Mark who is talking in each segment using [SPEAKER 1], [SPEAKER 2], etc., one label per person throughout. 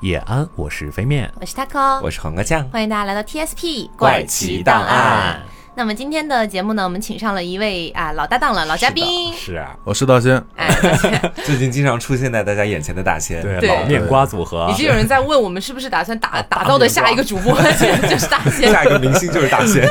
[SPEAKER 1] 夜安，我是飞面。
[SPEAKER 2] 我是 Taco，
[SPEAKER 3] 我是黄瓜酱，
[SPEAKER 2] 欢迎大家来到 TSP
[SPEAKER 3] 怪奇档案。
[SPEAKER 2] 那么今天的节目呢，我们请上了一位啊老搭档了，老嘉宾。
[SPEAKER 3] 是啊，
[SPEAKER 4] 我是大仙，
[SPEAKER 1] 哦
[SPEAKER 2] 哎，
[SPEAKER 3] 最近经常出现在大家眼前的大仙，
[SPEAKER 1] 对，
[SPEAKER 2] 对
[SPEAKER 1] 老面瓜组合
[SPEAKER 2] 以，及有人在问我们是不是打算打啊打造的下一个主播， 就是大仙。
[SPEAKER 3] 下一个明星就是大仙。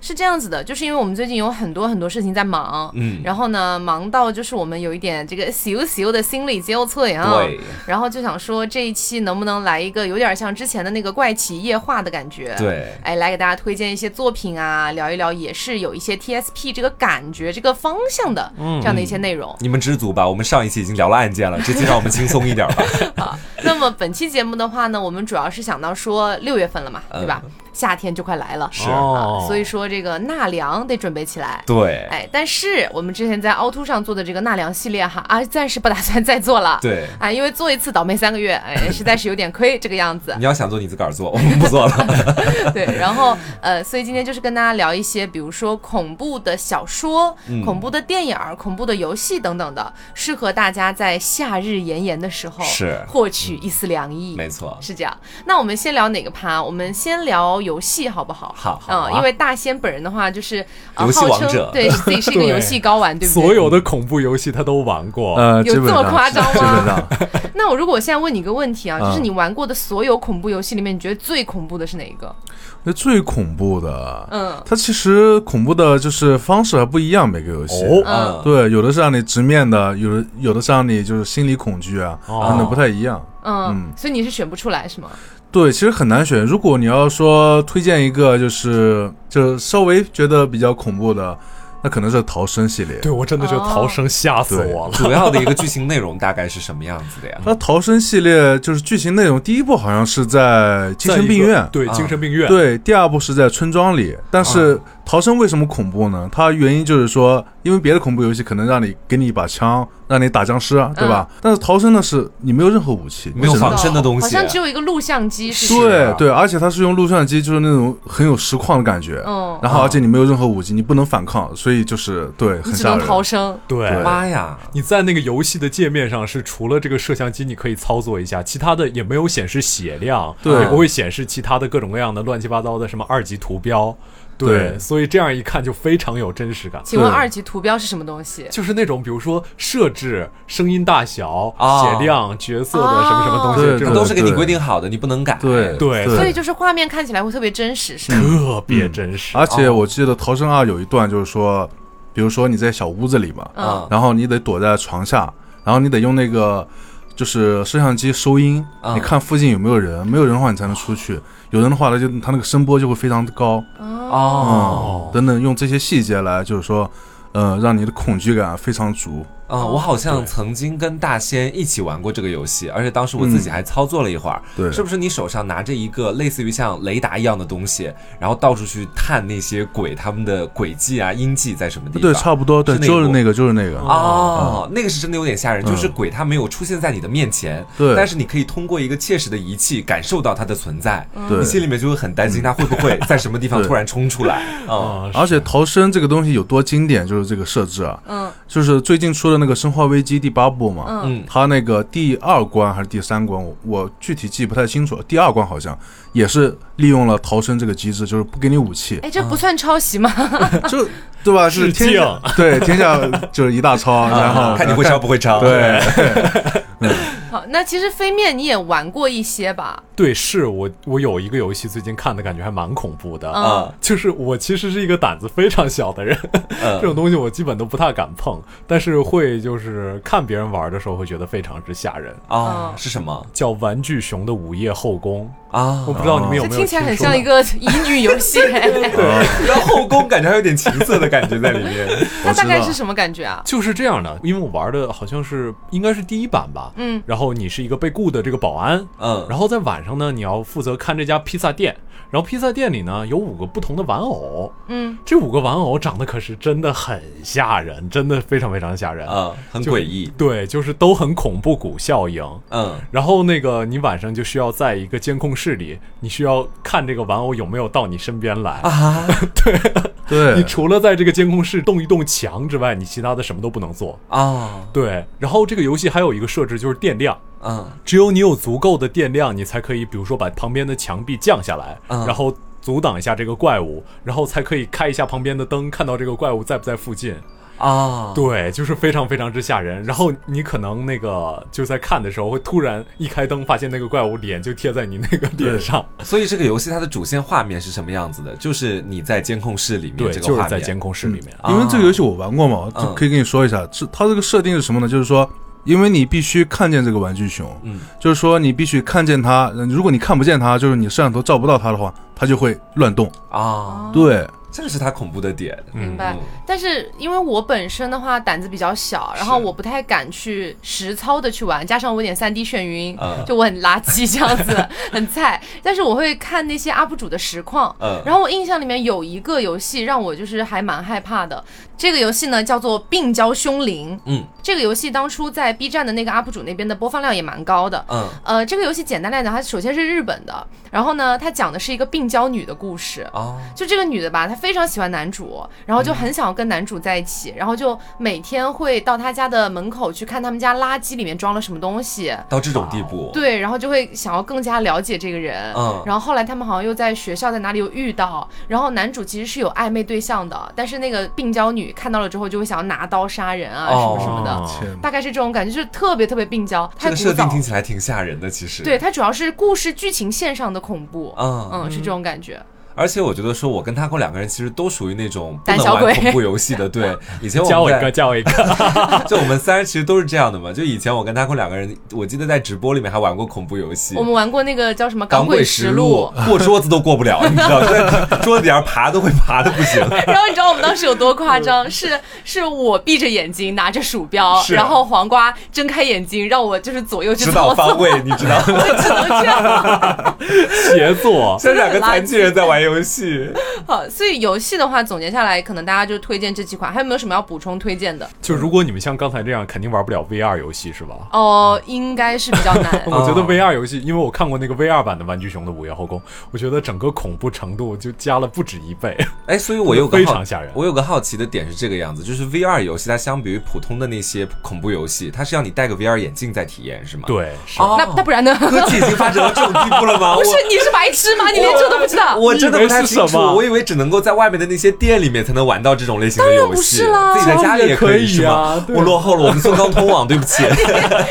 [SPEAKER 2] 是这样子的，就是因为我们最近有很多很多事情在忙，
[SPEAKER 3] 嗯
[SPEAKER 2] 然后呢，忙到就是我们有一点这个羞羞的心力交瘁啊，
[SPEAKER 3] 对，
[SPEAKER 2] 然后就想说这一期能不能来一个有点像之前的那个怪奇夜话的感觉，。
[SPEAKER 3] 对，
[SPEAKER 2] 哎，来给大家推荐一些作品啊，聊一聊也是有一些 TSP 这个感觉、这个方向的
[SPEAKER 3] 嗯
[SPEAKER 2] 这样的一些内 容。
[SPEAKER 3] 你们知足吧，我们上一期已经聊了案件了，这期让我们轻松一点吧。
[SPEAKER 2] 那么本期节目的话呢，我们主要是想到说六月份了嘛，对吧？夏天就快来了，
[SPEAKER 3] 嗯是
[SPEAKER 2] 啊
[SPEAKER 1] 哦，
[SPEAKER 2] 所以说这个纳凉得准备起来。
[SPEAKER 3] 对，
[SPEAKER 2] 哎，但是我们之前在凹凸上做的这个纳凉系列哈，啊，暂时不打算再做了。
[SPEAKER 3] 对
[SPEAKER 2] 啊，因为做一次倒霉三个月， 哎，实在是有点亏这个样子。
[SPEAKER 3] 你要想做你自个儿做，我们不做了。
[SPEAKER 2] 对，然后呃，所以今天就是跟大家聊一些，比如说恐怖的小说、
[SPEAKER 3] 嗯
[SPEAKER 2] 恐怖的电影儿、恐怖的游戏等等的，适合大家在夏日炎炎的时候
[SPEAKER 3] 是嗯
[SPEAKER 2] 获取一丝凉意。
[SPEAKER 3] 没错，
[SPEAKER 2] 是这样，那我们先聊哪个趴？我们先聊游戏好不好？
[SPEAKER 3] 好好
[SPEAKER 2] 嗯、
[SPEAKER 3] 啊
[SPEAKER 2] 因为大仙本人的话就是、呃、
[SPEAKER 3] 游戏
[SPEAKER 2] 号
[SPEAKER 3] 王
[SPEAKER 2] 称
[SPEAKER 3] 者
[SPEAKER 2] 对自己是一个
[SPEAKER 1] 对
[SPEAKER 2] 游戏高 玩，对不对？
[SPEAKER 1] 所有的恐怖游戏他都玩过。
[SPEAKER 4] 呃，
[SPEAKER 2] 有
[SPEAKER 4] 基本
[SPEAKER 2] 这么
[SPEAKER 4] 上
[SPEAKER 2] 夸张吗
[SPEAKER 4] 基本上，
[SPEAKER 2] 那我如果我现在问你一个问题啊，就是
[SPEAKER 4] 嗯
[SPEAKER 2] 你玩过的所有恐怖游戏里面，你觉得最恐怖的是哪一个？
[SPEAKER 4] 那最恐怖的，
[SPEAKER 2] 嗯
[SPEAKER 4] 它其实恐怖的就是方式还不一样，每个游戏。
[SPEAKER 1] 哦
[SPEAKER 2] 嗯
[SPEAKER 3] 嗯，
[SPEAKER 4] 对，有的是让你直面的，有的有的是让你就是心理恐惧啊，
[SPEAKER 1] 哦
[SPEAKER 4] 可能不太一样。
[SPEAKER 2] 嗯，所以你是选不出来是吗？
[SPEAKER 4] 对，其实很难选。如果你要说推荐一个，就是就是稍微觉得比较恐怖的，那可能是逃生系列。
[SPEAKER 1] 对我真的就逃生吓死我
[SPEAKER 2] 哦
[SPEAKER 1] 了。
[SPEAKER 3] 主要的一个剧情内容大概是什么样子的呀？
[SPEAKER 4] 它逃生系列就是剧情内容，第一部好像是在精神病
[SPEAKER 1] 在一
[SPEAKER 4] 院
[SPEAKER 1] 个，对精神病院，
[SPEAKER 4] 对，第二部是在村庄里，但
[SPEAKER 3] 啊
[SPEAKER 4] 是逃生为什么恐怖呢？它原因就是说，因为别的恐怖游戏可能让你给你一把枪，让你打僵尸，啊
[SPEAKER 2] 嗯
[SPEAKER 4] 对吧？但是逃生呢，是你没有任何武器，
[SPEAKER 3] 没有
[SPEAKER 4] 你只能
[SPEAKER 3] 防身啊的东西
[SPEAKER 2] 好像只有一个录像机是不是。
[SPEAKER 4] 对对，而且它是用录像机，就是那种很有实况的感觉。
[SPEAKER 2] 嗯
[SPEAKER 4] 然后而且你没有任何武器，你不能反抗，所以就是对，
[SPEAKER 2] 你
[SPEAKER 4] 很
[SPEAKER 2] 只
[SPEAKER 4] 吓
[SPEAKER 2] 能
[SPEAKER 4] 人。
[SPEAKER 2] 逃生。
[SPEAKER 1] 对
[SPEAKER 4] 对
[SPEAKER 3] 妈呀，
[SPEAKER 1] 你在那个游戏的界面上是除了这个摄像机你可以操作一下，其他的也没有显示血量，
[SPEAKER 4] 对
[SPEAKER 1] 也不会显示其他的各种各样的乱七八糟的什么二级图标，
[SPEAKER 4] 对
[SPEAKER 1] 所以这样一看就非常有真实感。
[SPEAKER 2] 请问
[SPEAKER 4] 对
[SPEAKER 2] 二级图标是什么东西？
[SPEAKER 1] 就是那种，比如说设置、声音大小、
[SPEAKER 3] 哦
[SPEAKER 1] 血量、角色的什么什么东西
[SPEAKER 4] 哦，
[SPEAKER 1] 这
[SPEAKER 4] 对
[SPEAKER 3] 这
[SPEAKER 1] 种
[SPEAKER 3] 都是给你
[SPEAKER 4] 对
[SPEAKER 3] 规定好的，你不能改。嗯
[SPEAKER 4] 对
[SPEAKER 1] 对
[SPEAKER 2] 所以就是画面看起来会特别真实，是吗？
[SPEAKER 1] 特别真实。
[SPEAKER 4] 而且我记得《逃生二》有一段就是说，比如说你在小屋子里嘛，
[SPEAKER 3] 嗯
[SPEAKER 4] 然后你得躲在床下，然后你得用那个就是摄像机收音，
[SPEAKER 3] 嗯
[SPEAKER 4] 你看附近有没有人，没有人的话你才能出去，有人的话呢就它那个声波就会非常的高，
[SPEAKER 3] 哦，
[SPEAKER 4] 嗯，等等，用这些细节来就是说，呃，让你的恐惧感非常足。
[SPEAKER 3] 嗯，我好像曾经跟大仙一起玩过这个游戏，而且当时我自己还操作了一会儿。
[SPEAKER 4] 对
[SPEAKER 3] 嗯是不是你手上拿着一个类似于像雷达一样的东西，然后到处去探那些鬼他们的轨迹啊、阴迹在什么地方？
[SPEAKER 4] 对，差不多，对，
[SPEAKER 3] 是那
[SPEAKER 4] 就是
[SPEAKER 3] 一
[SPEAKER 4] 那个，就是那个。
[SPEAKER 3] 哦，那个是真的有点吓人，就是鬼它没有出现在你的面前，
[SPEAKER 4] 对
[SPEAKER 3] 但是你可以通过一个切实的仪器感受到它的存在，
[SPEAKER 4] 对
[SPEAKER 3] 你心里面就会很担心它会不 会在什么地方突然冲出来。嗯，
[SPEAKER 1] 啊，
[SPEAKER 4] 而且逃生这个东西有多经典，就是这个设置啊，
[SPEAKER 2] 嗯，
[SPEAKER 4] 就是最近出的那个《生化危机》第八部嘛，
[SPEAKER 3] 嗯
[SPEAKER 4] 它那个第二关还是第三关，我我具体记不太清楚，第二关好像也是利用了逃生这个机制，就是不给你 武器，
[SPEAKER 2] 哎，这不算抄袭吗？
[SPEAKER 4] 就对吧？
[SPEAKER 1] 致
[SPEAKER 4] 是天下对天下就是一大抄，然后
[SPEAKER 3] 啊
[SPEAKER 4] 嗯
[SPEAKER 3] 看你会啊抄不会抄。
[SPEAKER 4] 对，
[SPEAKER 2] 好，那其实飞面你也玩过一些吧？
[SPEAKER 1] 对，是我我有一个游戏最近看的感觉还蛮恐怖的，
[SPEAKER 3] 嗯
[SPEAKER 1] 就是我其实是一个胆子非常小的人， 这种东西我基本都不太敢碰，但是会就是看别人玩的时候会觉得非常之吓人，
[SPEAKER 2] 嗯，
[SPEAKER 3] 啊是什么
[SPEAKER 1] 叫《玩具熊的午夜后宫》，
[SPEAKER 3] 啊
[SPEAKER 1] 我？不知道你们有
[SPEAKER 2] 哦这
[SPEAKER 1] 没有
[SPEAKER 2] 听起来很
[SPEAKER 1] 说
[SPEAKER 2] 像一
[SPEAKER 1] 过
[SPEAKER 2] 个乙女游戏，哎
[SPEAKER 1] 啊
[SPEAKER 3] 然后后宫感觉还有点情色的感觉在里面。
[SPEAKER 2] 它大概是什么感觉啊？
[SPEAKER 1] 就是这样的，因为我玩的好像是应该是第一版吧，
[SPEAKER 2] 嗯，
[SPEAKER 1] 然后你是一个被雇的这个保安，
[SPEAKER 3] 嗯
[SPEAKER 1] 然后在晚上呢，你要负责看这家披萨店，然后披萨店里呢有五个不同的玩偶，
[SPEAKER 2] 嗯，
[SPEAKER 1] 这五个玩偶长得可是真的很吓人，真的非常非常吓人
[SPEAKER 3] 啊，很
[SPEAKER 1] 就
[SPEAKER 3] 诡异。
[SPEAKER 1] 对，就是都很恐怖谷效应。
[SPEAKER 3] 嗯，
[SPEAKER 1] 然后那个你晚上就需要在一个监控室里，你需要看这个玩偶有没有到你身边来
[SPEAKER 3] 啊。
[SPEAKER 4] 对
[SPEAKER 1] 你除了在这个监控室动一动墙之外，你其他的什么都不能做。
[SPEAKER 3] 啊，
[SPEAKER 1] 对，然后这个游戏还有一个设置就是电量，
[SPEAKER 3] 嗯
[SPEAKER 1] 只有你有足够的电量，你才可以，比如说把旁边的墙壁降下来，
[SPEAKER 3] 嗯
[SPEAKER 1] 然后阻挡一下这个怪物，然后才可以开一下旁边的灯，看到这个怪物在不在附近。
[SPEAKER 3] 啊，
[SPEAKER 1] 对，就是非常非常之吓人。然后你可能那个就在看的时候，会突然一开灯，发现那个怪物脸就贴在你那个脸上。
[SPEAKER 3] 所以这个游戏它的主线画面是什么样子的？就是你在监控室里面
[SPEAKER 1] 对，
[SPEAKER 3] 这个
[SPEAKER 1] 就
[SPEAKER 3] 画
[SPEAKER 1] 是
[SPEAKER 3] 面，
[SPEAKER 1] 在监控室里面。
[SPEAKER 3] 啊
[SPEAKER 4] 因为这个游戏我玩过嘛，就
[SPEAKER 3] 嗯
[SPEAKER 4] 可以跟你说一下，是它这个设定是什么呢？就是说，因为你必须看见这个玩具熊，
[SPEAKER 3] 嗯，
[SPEAKER 4] 就是说你必须看见它，嗯如果你看不见它，就是你摄像头照不到它的话，它就会乱动。
[SPEAKER 2] 哦
[SPEAKER 3] 啊，
[SPEAKER 4] 对，
[SPEAKER 3] 这个是它恐怖的点。
[SPEAKER 2] 明白
[SPEAKER 3] 嗯。
[SPEAKER 2] 但是因为我本身的话胆子比较小，然后我不太敢去实操的去玩，加上我有点三 D 眩 晕
[SPEAKER 3] 嗯，
[SPEAKER 2] 就我很垃圾这样子，很菜。但是我会看那些 UP 主的实况。
[SPEAKER 3] 嗯
[SPEAKER 2] 然后我印象里面有一个游戏让我就是还蛮害怕的，这个游戏呢叫做《病娇凶灵》。
[SPEAKER 3] 嗯
[SPEAKER 2] 这个游戏当初在 B 站的那个 UP 主那边的播放量也蛮高的。
[SPEAKER 3] 嗯
[SPEAKER 2] 呃，这个游戏简单来讲，它首先是日本的，然后呢，它讲的是一个病娇女的故事。
[SPEAKER 3] 啊
[SPEAKER 2] 就这个女的吧，她非常喜欢男主，然后
[SPEAKER 3] 嗯
[SPEAKER 2] 就很想要跟男主在一起，然后就每天会到他家的门口去看他们家垃圾里面装了什么东西，
[SPEAKER 3] 到这种地步，，
[SPEAKER 2] 哦对，然后就会想要更加了解这个人。
[SPEAKER 3] 嗯
[SPEAKER 2] 然后后来他们好像又在学校在哪里有遇到，然后男主其实是有暧昧对象的，但是那个病娇女看到了之后就会想要拿刀杀人啊、什么什么的，
[SPEAKER 1] 哦
[SPEAKER 4] 天哪，
[SPEAKER 2] 大概是这种感觉，就是特别特别病娇，太
[SPEAKER 3] 这个
[SPEAKER 2] 古
[SPEAKER 3] 设
[SPEAKER 2] 早
[SPEAKER 3] 定。听起来挺吓人的，其实。
[SPEAKER 2] 对，，它主要是故事剧情线上的恐怖，
[SPEAKER 3] 嗯
[SPEAKER 2] 嗯，是这种感觉。
[SPEAKER 3] 而且我觉得说，我跟他哥两个人其实都属于那种不
[SPEAKER 2] 胆
[SPEAKER 3] 能
[SPEAKER 2] 小
[SPEAKER 3] 玩
[SPEAKER 2] 鬼
[SPEAKER 3] 恐怖游戏 的。对，以前
[SPEAKER 1] 加
[SPEAKER 3] 我
[SPEAKER 1] 我一
[SPEAKER 3] 们
[SPEAKER 1] 个，
[SPEAKER 3] 在
[SPEAKER 1] 加我一个。
[SPEAKER 3] 就我们三人其实都是这样的嘛。就以前我跟他哥两个人，我记得在直播里面还玩过恐怖游戏
[SPEAKER 2] 我。们玩过那个叫什么《
[SPEAKER 3] 港
[SPEAKER 2] 鬼
[SPEAKER 3] 嗯实
[SPEAKER 2] 录
[SPEAKER 3] 录》， 过桌子都过不了，你知道，在桌子底下爬都会爬的不 行。
[SPEAKER 2] 然后你知道我们当时有多夸张？是是我闭着眼睛拿着鼠标，
[SPEAKER 3] 是啊
[SPEAKER 2] 然后黄瓜睁开眼睛让我就是左右去
[SPEAKER 3] 指导
[SPEAKER 2] 操
[SPEAKER 3] 方
[SPEAKER 2] 作，
[SPEAKER 3] 位，你知道？
[SPEAKER 2] 只能这样。
[SPEAKER 1] 协作，
[SPEAKER 3] 像两个残疾人在玩游戏。
[SPEAKER 2] 好，所以游戏的话总结下来，可能大家就推荐这几款，还有没有什么要补充推荐的？
[SPEAKER 1] 就如果你们像刚才这样，肯定玩不了 VR 游戏是吧？。
[SPEAKER 2] 哦，应该是比较难
[SPEAKER 1] 我觉得
[SPEAKER 3] 哦
[SPEAKER 1] VR 游戏，因为我看过那个 VR 版的《玩具熊的午夜后宫》，我觉得整个恐怖程度就加了不止一倍。
[SPEAKER 3] 哎，所以我有个
[SPEAKER 1] 非
[SPEAKER 3] 好
[SPEAKER 1] 常吓人
[SPEAKER 3] 我有个好奇的点是这个样子，就是 VR 游戏它相比于普通的那些恐怖游戏，它是要你戴个 VR 眼镜在体验，是吗？。
[SPEAKER 1] 对，是
[SPEAKER 3] 哦，
[SPEAKER 2] 那那不然 呢？
[SPEAKER 3] 科技已经发展到这种地步了吗？
[SPEAKER 2] 不是
[SPEAKER 3] 我，
[SPEAKER 2] 你是白痴吗？你连这都不知道？
[SPEAKER 3] 我真的不太
[SPEAKER 1] 你以为是
[SPEAKER 3] 清
[SPEAKER 1] 什
[SPEAKER 3] 楚，
[SPEAKER 1] 么
[SPEAKER 3] 我以为只能够在外面的那些店里面才能玩到这种类型的游
[SPEAKER 2] 不
[SPEAKER 3] 戏，
[SPEAKER 2] 是啦
[SPEAKER 3] 自己在家里可
[SPEAKER 1] 也可以
[SPEAKER 3] 是吗
[SPEAKER 1] 啊？对
[SPEAKER 3] 我落后了，我们宋钢通网，对不起。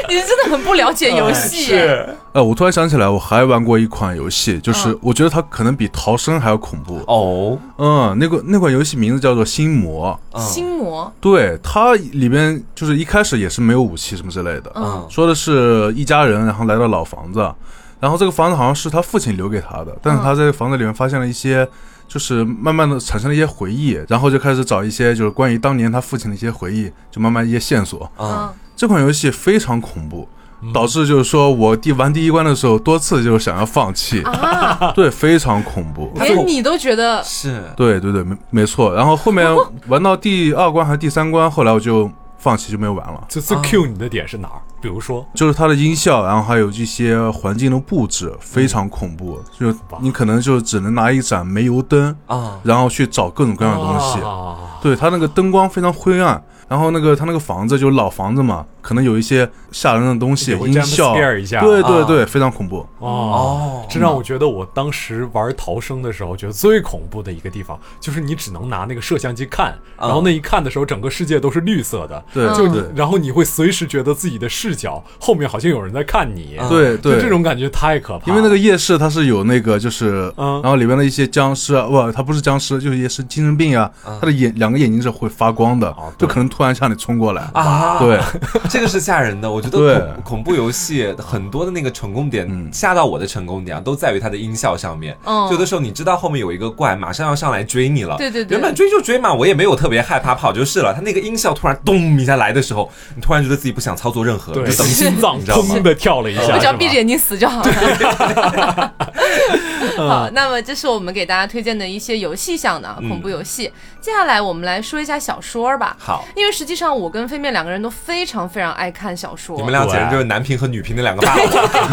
[SPEAKER 2] 你真的很不了解游戏。
[SPEAKER 4] 哎，我突然想起来，我还玩过一款游戏，
[SPEAKER 3] 嗯
[SPEAKER 4] 就是我觉得它可能比逃生还要恐怖。
[SPEAKER 3] 哦，
[SPEAKER 4] 嗯，那个那款游戏名字叫做《心魔》，
[SPEAKER 3] 嗯
[SPEAKER 2] 心魔，
[SPEAKER 4] 对，它里边就是一开始也是没有武器什么之类的，
[SPEAKER 3] 嗯
[SPEAKER 4] 说的是一家人，然后来到老房子，然后这个房子好像是他父亲留给他的，但是他在房子里面发现了一些，就是慢慢的产生了一些回忆，然后就开始找一些就是关于当年他父亲的一些回忆，就慢慢一些线索。
[SPEAKER 3] 嗯，
[SPEAKER 2] 嗯，
[SPEAKER 4] 这款游戏非常恐怖。导致就是说我第玩第一关的时候，多次就是想要放 弃，
[SPEAKER 2] 啊，
[SPEAKER 4] 对，非常恐怖。
[SPEAKER 2] 连你都觉得
[SPEAKER 3] 是
[SPEAKER 4] 对对对，没没错。然后后面玩到第二关还是第三关，后来我就放弃就没有玩了。
[SPEAKER 1] 这次 Q 你的点是哪儿？比如说，
[SPEAKER 4] 就是它的音效，然后还有这些环境的布置非常恐怖，就你可能就只能拿一盏煤油灯，
[SPEAKER 3] 啊，
[SPEAKER 4] 然后去找各种各样的东西。
[SPEAKER 1] 啊
[SPEAKER 4] 对，它那个灯光非常灰暗，然后那个它那个房子就是老房子嘛，可能有一些吓人的东西，
[SPEAKER 1] 有个
[SPEAKER 4] 音效
[SPEAKER 1] jump scare 一下
[SPEAKER 4] 对对
[SPEAKER 3] 啊
[SPEAKER 4] 对，非常恐怖。
[SPEAKER 1] 哦
[SPEAKER 3] 哦，
[SPEAKER 1] 这让我觉得我当时玩逃生的时候，觉得最恐怖的一个地方就是你只能拿那个摄像机看，
[SPEAKER 3] 嗯
[SPEAKER 1] 然后那一看的时候，整个世界都是绿色的，
[SPEAKER 4] 对
[SPEAKER 2] 嗯
[SPEAKER 1] 就啊
[SPEAKER 4] 对
[SPEAKER 1] 你，然后你会随时觉得自己的视角后面好像有人在看你，
[SPEAKER 3] 嗯
[SPEAKER 4] 对
[SPEAKER 1] 就
[SPEAKER 4] 对，
[SPEAKER 1] 这种感觉太可怕了。
[SPEAKER 4] 因为那个夜市它是有那个就是，
[SPEAKER 1] 嗯
[SPEAKER 4] 然后里边的一些僵尸啊，不，它不是僵尸，就是也是精神病啊，它的眼两个眼睛是会发光的
[SPEAKER 1] 嗯哦，对
[SPEAKER 4] 就可能突然向你冲过来。
[SPEAKER 3] 啊，
[SPEAKER 4] 对，
[SPEAKER 3] 这个是吓人的。我觉
[SPEAKER 4] 对
[SPEAKER 3] 得恐恐怖游戏很多的那个成功点，
[SPEAKER 1] 嗯
[SPEAKER 3] 吓到我的成功点啊，都在于它的音效上面。
[SPEAKER 2] 嗯
[SPEAKER 3] 就有的时候你知道后面有一个怪马上要上来追你了，
[SPEAKER 2] 对对对
[SPEAKER 3] 原本追就追嘛，我也没有特别害怕，跑就是了。它那个音效突然咚一下来的时候，你突然觉得自己不想操作任何，
[SPEAKER 1] 对，
[SPEAKER 3] 就等
[SPEAKER 1] 心 脏
[SPEAKER 3] 你知道吗
[SPEAKER 1] 砰的跳了一下，
[SPEAKER 2] 我只要
[SPEAKER 1] 是吧
[SPEAKER 2] 闭着眼睛死就好了。
[SPEAKER 3] 嗯
[SPEAKER 2] 好，那么这是我们给大家推荐的一些游戏项的啊恐怖游戏。接下来我们来说一下小说儿吧，
[SPEAKER 3] 好。
[SPEAKER 2] 因为实际上我跟飞面两个人都非常非常爱看小说，
[SPEAKER 3] 你们俩简直就是男频和女频的两个霸 王。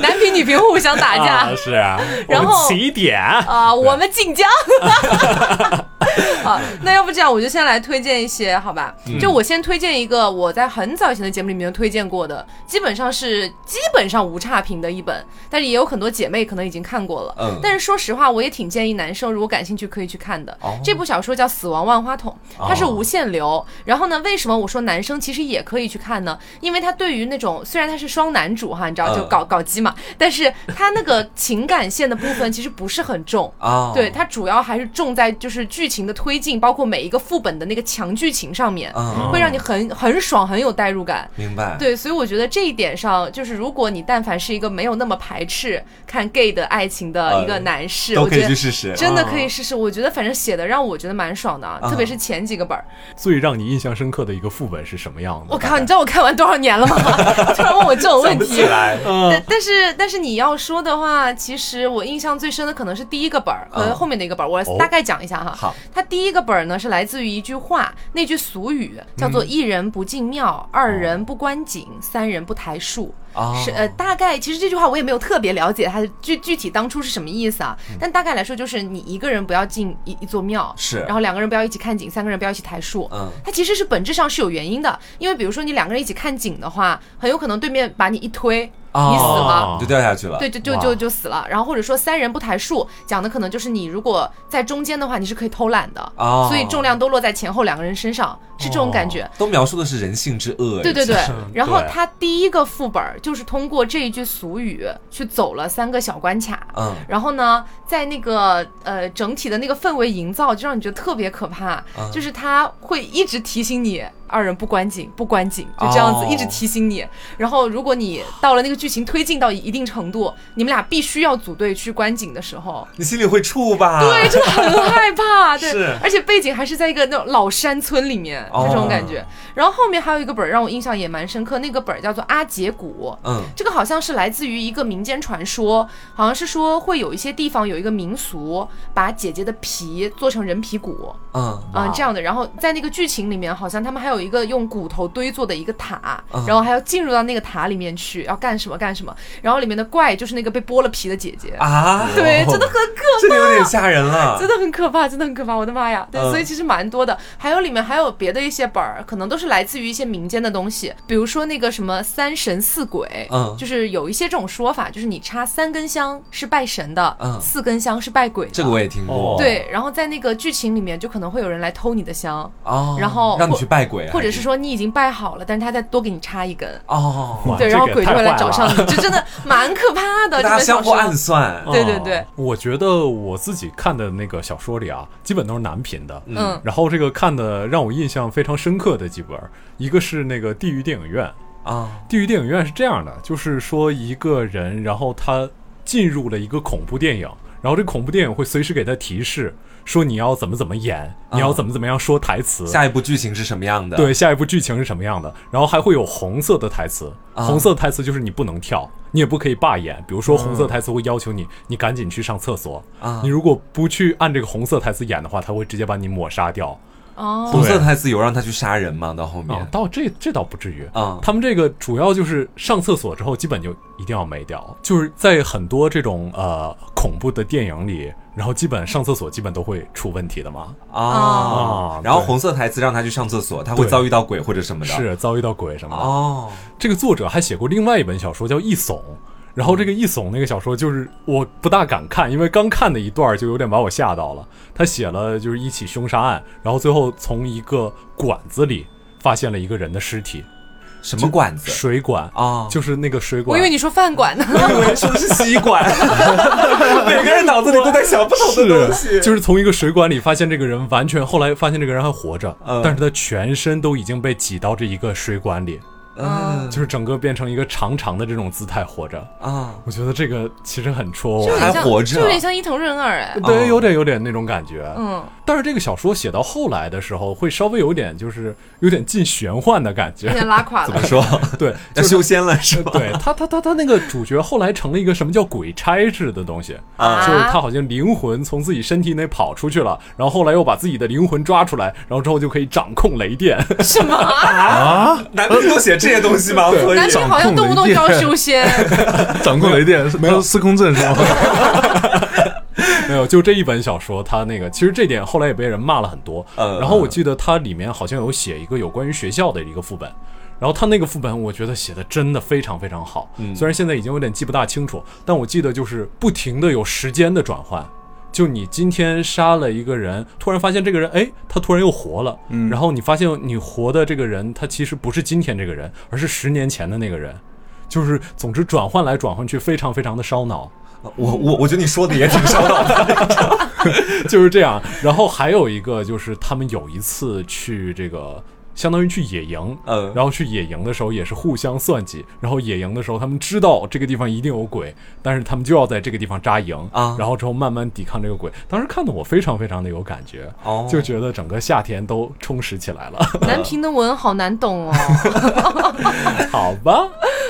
[SPEAKER 2] 男频女频互相 打架
[SPEAKER 1] 啊是啊，
[SPEAKER 2] 然
[SPEAKER 1] 我们
[SPEAKER 2] 后
[SPEAKER 1] 起点
[SPEAKER 2] 啊、我们晋江。 好，那要不这样，我就先来推荐一些，好吧？
[SPEAKER 3] 嗯
[SPEAKER 2] 就我先推荐一个我在很早以前的节目里面就推荐过的，基本上是基本上无差评的一本，但是也有很多姐妹可能已经看过了。
[SPEAKER 3] 嗯
[SPEAKER 2] 但是说实话，我也挺建议男生如果感兴趣可以去看的。
[SPEAKER 3] 哦
[SPEAKER 2] 这部小说叫《死亡万花筒》，它是无限流。然后呢，为什么我说男生其实也可以去看呢？因为它对于那种虽然它是双男主哈，你知道就
[SPEAKER 3] 嗯
[SPEAKER 2] 搞、搞基嘛，但是它那个情感线的部分其实不是很重。
[SPEAKER 3] 啊，
[SPEAKER 2] 对，它主要还是重在就是剧情的推进，包括每一个副本的那个强剧情上面，
[SPEAKER 3] 啊，
[SPEAKER 2] 会让你很很爽，很有代入感。
[SPEAKER 3] 明白，
[SPEAKER 2] 对，所以我觉得这一点上，就是如果你但凡是一个没有那么排斥看 gay 的爱情的一个
[SPEAKER 3] 呃
[SPEAKER 2] 男士，
[SPEAKER 3] 都
[SPEAKER 2] 我
[SPEAKER 3] 可以
[SPEAKER 2] 觉
[SPEAKER 3] 去
[SPEAKER 2] 得
[SPEAKER 3] 啊试试。
[SPEAKER 2] 真的可以试试。我觉得反正写的让我觉得蛮爽的，啊、特别是前几个本儿。
[SPEAKER 1] 最让你印象深刻的一个副本是什么样的？
[SPEAKER 2] 我靠，你知道我看完多少年了吗？ 突然问我这种问
[SPEAKER 3] 想不
[SPEAKER 2] 题嗯
[SPEAKER 3] 起，来，嗯
[SPEAKER 2] 但但是但是你要说的话，其实我印象最深的可能是第一个本儿和
[SPEAKER 3] 嗯
[SPEAKER 2] 后面的一个本儿，我
[SPEAKER 1] 哦
[SPEAKER 2] 大概讲一下哈。
[SPEAKER 3] 好，
[SPEAKER 2] 它第一个本儿呢是来自于一句话，那句俗语叫
[SPEAKER 3] 嗯
[SPEAKER 2] 做“一人不进庙，二人不观景，三人不抬树”。
[SPEAKER 3] 哦
[SPEAKER 2] 是呃，大概其实这句话我也没有特别了解它的具具体当初是什么意思啊，
[SPEAKER 3] 嗯
[SPEAKER 2] 但大概来说就是你一个人不要进一一座庙，
[SPEAKER 3] 是
[SPEAKER 2] 然后两个人不要一起看景，三个人不要一起抬树，
[SPEAKER 3] 嗯
[SPEAKER 2] 它其实是本质上是有原因的，因为比如说你两个人一起看景的话，很有可能对面把你一推，你死了。
[SPEAKER 1] 哦
[SPEAKER 3] 你就掉下去了。
[SPEAKER 2] 对，就就
[SPEAKER 1] 哇
[SPEAKER 2] 就就死了。然后或者说三人不抬树，讲的可能就是你如果在中间的话，你是可以偷懒的，
[SPEAKER 3] 哦
[SPEAKER 2] 所以重量都落在前后两个人身上，是这种感觉。
[SPEAKER 3] 都描述的是人性之恶。
[SPEAKER 2] 对对对，然后
[SPEAKER 3] 对
[SPEAKER 2] 他第一个副本儿就是通过这一句俗语去走了三个小关卡，
[SPEAKER 3] 嗯，
[SPEAKER 2] 然后呢，在那个呃整体的那个氛围营造，就让你觉得特别可怕，
[SPEAKER 3] 嗯
[SPEAKER 2] 就是他会一直提醒你二人不观景，不观景，就这样子
[SPEAKER 3] 哦
[SPEAKER 2] 一直提醒你。然后如果你到了那个剧情推进到一定程度，你们俩必须要组队去观景的时候。
[SPEAKER 3] 你心里会怵吧？
[SPEAKER 2] 对，就很害 怕，对
[SPEAKER 3] 啊是，
[SPEAKER 2] 而且背景还是在一个那种老山村里面，
[SPEAKER 3] 哦
[SPEAKER 2] 这种感觉。然后后面还有一个本儿让我印象也蛮深刻，那个本儿叫做《阿杰谷》，
[SPEAKER 3] 嗯
[SPEAKER 2] 这个好像是来自于一个民间传说，好像是说会有一些地方有一个民俗，把姐姐的皮做成人皮骨
[SPEAKER 3] 嗯
[SPEAKER 2] 啊、这样的。然后在那个剧情里面，好像他们还有一个用骨头堆做的一个塔，
[SPEAKER 3] 嗯
[SPEAKER 2] 然后还要进入到那个塔里面去，要干什么干什么。然后里面的怪就是那个被剥了皮的姐姐，
[SPEAKER 3] 啊，
[SPEAKER 2] 对，真的很可
[SPEAKER 3] 这个有点吓人了
[SPEAKER 2] 真。的很可怕，真的很可怕，我的妈呀！对，
[SPEAKER 3] 啊嗯
[SPEAKER 2] 所以其实蛮多的，还有里面还有别的一些本儿，可能都是来自于一些民间的东西，比如说那个什么三神四鬼，
[SPEAKER 3] 嗯
[SPEAKER 2] 就是有一些这种说法，就是你插三根香是拜神的，
[SPEAKER 3] 嗯
[SPEAKER 2] 四根香是拜鬼的。
[SPEAKER 3] 这个我也听过。
[SPEAKER 1] 哦
[SPEAKER 2] 对，然后在那个剧情里面，就可能会有人来偷你的香，
[SPEAKER 3] 哦，
[SPEAKER 2] 然后
[SPEAKER 3] 让你
[SPEAKER 2] 或
[SPEAKER 3] 去拜鬼，啊
[SPEAKER 2] 或者
[SPEAKER 3] 还
[SPEAKER 2] 是说你已经拜好了，但是他再多给你插一根，
[SPEAKER 3] 哦，
[SPEAKER 1] 哇
[SPEAKER 2] 对，
[SPEAKER 1] 这
[SPEAKER 2] 然后
[SPEAKER 1] 个也
[SPEAKER 2] 鬼就
[SPEAKER 1] 太
[SPEAKER 2] 会来
[SPEAKER 1] 坏
[SPEAKER 2] 找
[SPEAKER 1] 了啊
[SPEAKER 2] 上你，这真的蛮可怕的。 这
[SPEAKER 3] 大家
[SPEAKER 2] 本
[SPEAKER 3] 相
[SPEAKER 2] 小
[SPEAKER 3] 互
[SPEAKER 2] 说
[SPEAKER 3] 暗算。
[SPEAKER 2] 对对对
[SPEAKER 1] 哦我觉得我自己看的那个小说里啊，基本都是男频的。
[SPEAKER 2] 嗯
[SPEAKER 1] 然后这个看的让我印象非常深刻的几本儿，一个是那个《地狱电影院》。
[SPEAKER 3] 啊，
[SPEAKER 1] 《地狱电影院》是这样的，就是说一个人，然后他进入了一个恐怖电影，然后这恐怖电影会随时给他提示，说你要怎么怎么演，你要怎么怎么样说台词，
[SPEAKER 3] 啊下一部剧情是什么样的？
[SPEAKER 1] 对，下一部剧情是什么样的，然后还会有红色的台词，
[SPEAKER 3] 啊
[SPEAKER 1] 红色台词就是你不能跳，你也不可以罢演。比如说红色台词会要求你，你赶紧去上厕所
[SPEAKER 3] 嗯啊
[SPEAKER 1] 你如果不去按这个红色台词演的话，他会直接把你抹杀掉。
[SPEAKER 2] 哦，
[SPEAKER 3] 红色台词有让他去杀人吗？到后
[SPEAKER 1] 啊
[SPEAKER 3] 面，
[SPEAKER 1] 倒这这倒不至于
[SPEAKER 3] 啊
[SPEAKER 1] 他们这个主要就是上厕所之后，基本就一定要没掉，就是在很多这种呃恐怖的电影里，然后基本上厕所基本都会出问题的嘛，
[SPEAKER 3] 啊
[SPEAKER 1] 啊，
[SPEAKER 3] 然后
[SPEAKER 1] 对
[SPEAKER 3] 红色台词让他去上厕所，他会
[SPEAKER 1] 对
[SPEAKER 3] 遭遇到鬼或者什么的。
[SPEAKER 1] 是遭遇到鬼什么的。
[SPEAKER 3] 哦，
[SPEAKER 1] 这个作者还写过另外一本小说叫《一耸》，然后这个《一耸》那个小说就是我不大敢看，因为刚看的一段儿就有点把我吓到了。他写了就是一起凶杀案，然后最后从一个管子里发现了一个人的尸体，
[SPEAKER 3] 什么管子
[SPEAKER 1] 水管
[SPEAKER 3] 啊？
[SPEAKER 1] 就是那个水
[SPEAKER 2] 我
[SPEAKER 1] 管
[SPEAKER 2] 以为。你说饭馆呢。
[SPEAKER 3] 我以为说的是吸 管，每个人脑子里都在想不同的东 西
[SPEAKER 1] 是，。就是从一个水管里发现这个人完全，后来发现这个人还活着，
[SPEAKER 3] 嗯
[SPEAKER 1] 但是他全身都已经被挤到这一个水管里，
[SPEAKER 3] 嗯
[SPEAKER 1] 就是整个变成一个长长的这种姿态活着。
[SPEAKER 2] 嗯
[SPEAKER 3] 啊，
[SPEAKER 1] 我觉得这个其实很戳我
[SPEAKER 2] 就有，点
[SPEAKER 3] 还
[SPEAKER 2] 像，
[SPEAKER 3] 活着
[SPEAKER 2] 就有点像伊藤润二哎，
[SPEAKER 1] 对，有点有点那种感觉。
[SPEAKER 2] 嗯，
[SPEAKER 1] 但是这个小说写到后来的时候，会稍微有点就是有点近玄幻的感
[SPEAKER 2] 有
[SPEAKER 1] 觉。
[SPEAKER 2] 点拉垮
[SPEAKER 3] 怎么
[SPEAKER 2] 了。
[SPEAKER 3] 说
[SPEAKER 1] 对，
[SPEAKER 3] 要修仙了嗯是吧？
[SPEAKER 1] 对他他他他那个主角后来成了一个什么叫鬼差似的东西，
[SPEAKER 2] 啊
[SPEAKER 1] 就是他好像灵魂从自己身体内跑出去了，然后后来又把自己的灵魂抓出来，然后之后就可以掌控雷电。
[SPEAKER 2] 什么啊？
[SPEAKER 4] 啊，
[SPEAKER 3] 男的都写这些东西吗？所以
[SPEAKER 2] 男女好像动不动就要修仙，
[SPEAKER 1] 啊
[SPEAKER 4] 掌控雷电，没有司空震是吗？
[SPEAKER 1] 没有，就这一本小说，他那个其实这点后来也被人骂了很多。
[SPEAKER 3] 嗯
[SPEAKER 1] 然后我记得它里面好像有写一个有关于学校的一个副本。然后他那个副本，我觉得写的真的非常非常好，
[SPEAKER 3] 嗯
[SPEAKER 1] 虽然现在已经有点记不大清楚，但我记得就是不停的有时间的转换，就你今天杀了一个人，突然发现这个人，哎，他突然又活了，
[SPEAKER 3] 嗯
[SPEAKER 1] 然后你发现你活的这个人，他其实不是今天这个人，而是十年前的那个人，就是总之转换来转换去，非常非常的烧脑。
[SPEAKER 3] 我我我觉得你说的也挺烧脑的。
[SPEAKER 1] 就是这样。然后还有一个就是他们有一次去这个。相当于去野营，
[SPEAKER 3] 嗯
[SPEAKER 1] 然后去野营的时候也是互相算计，然后野营的时候他们知道这个地方一定有鬼，但是他们就要在这个地方扎营
[SPEAKER 3] 啊
[SPEAKER 1] 然后之后慢慢抵抗这个鬼。当时看得我非常非常的有感觉，
[SPEAKER 3] 哦
[SPEAKER 1] 就觉得整个夏天都充实起 来了，
[SPEAKER 2] 南平的文好难懂哦。
[SPEAKER 1] 好吧？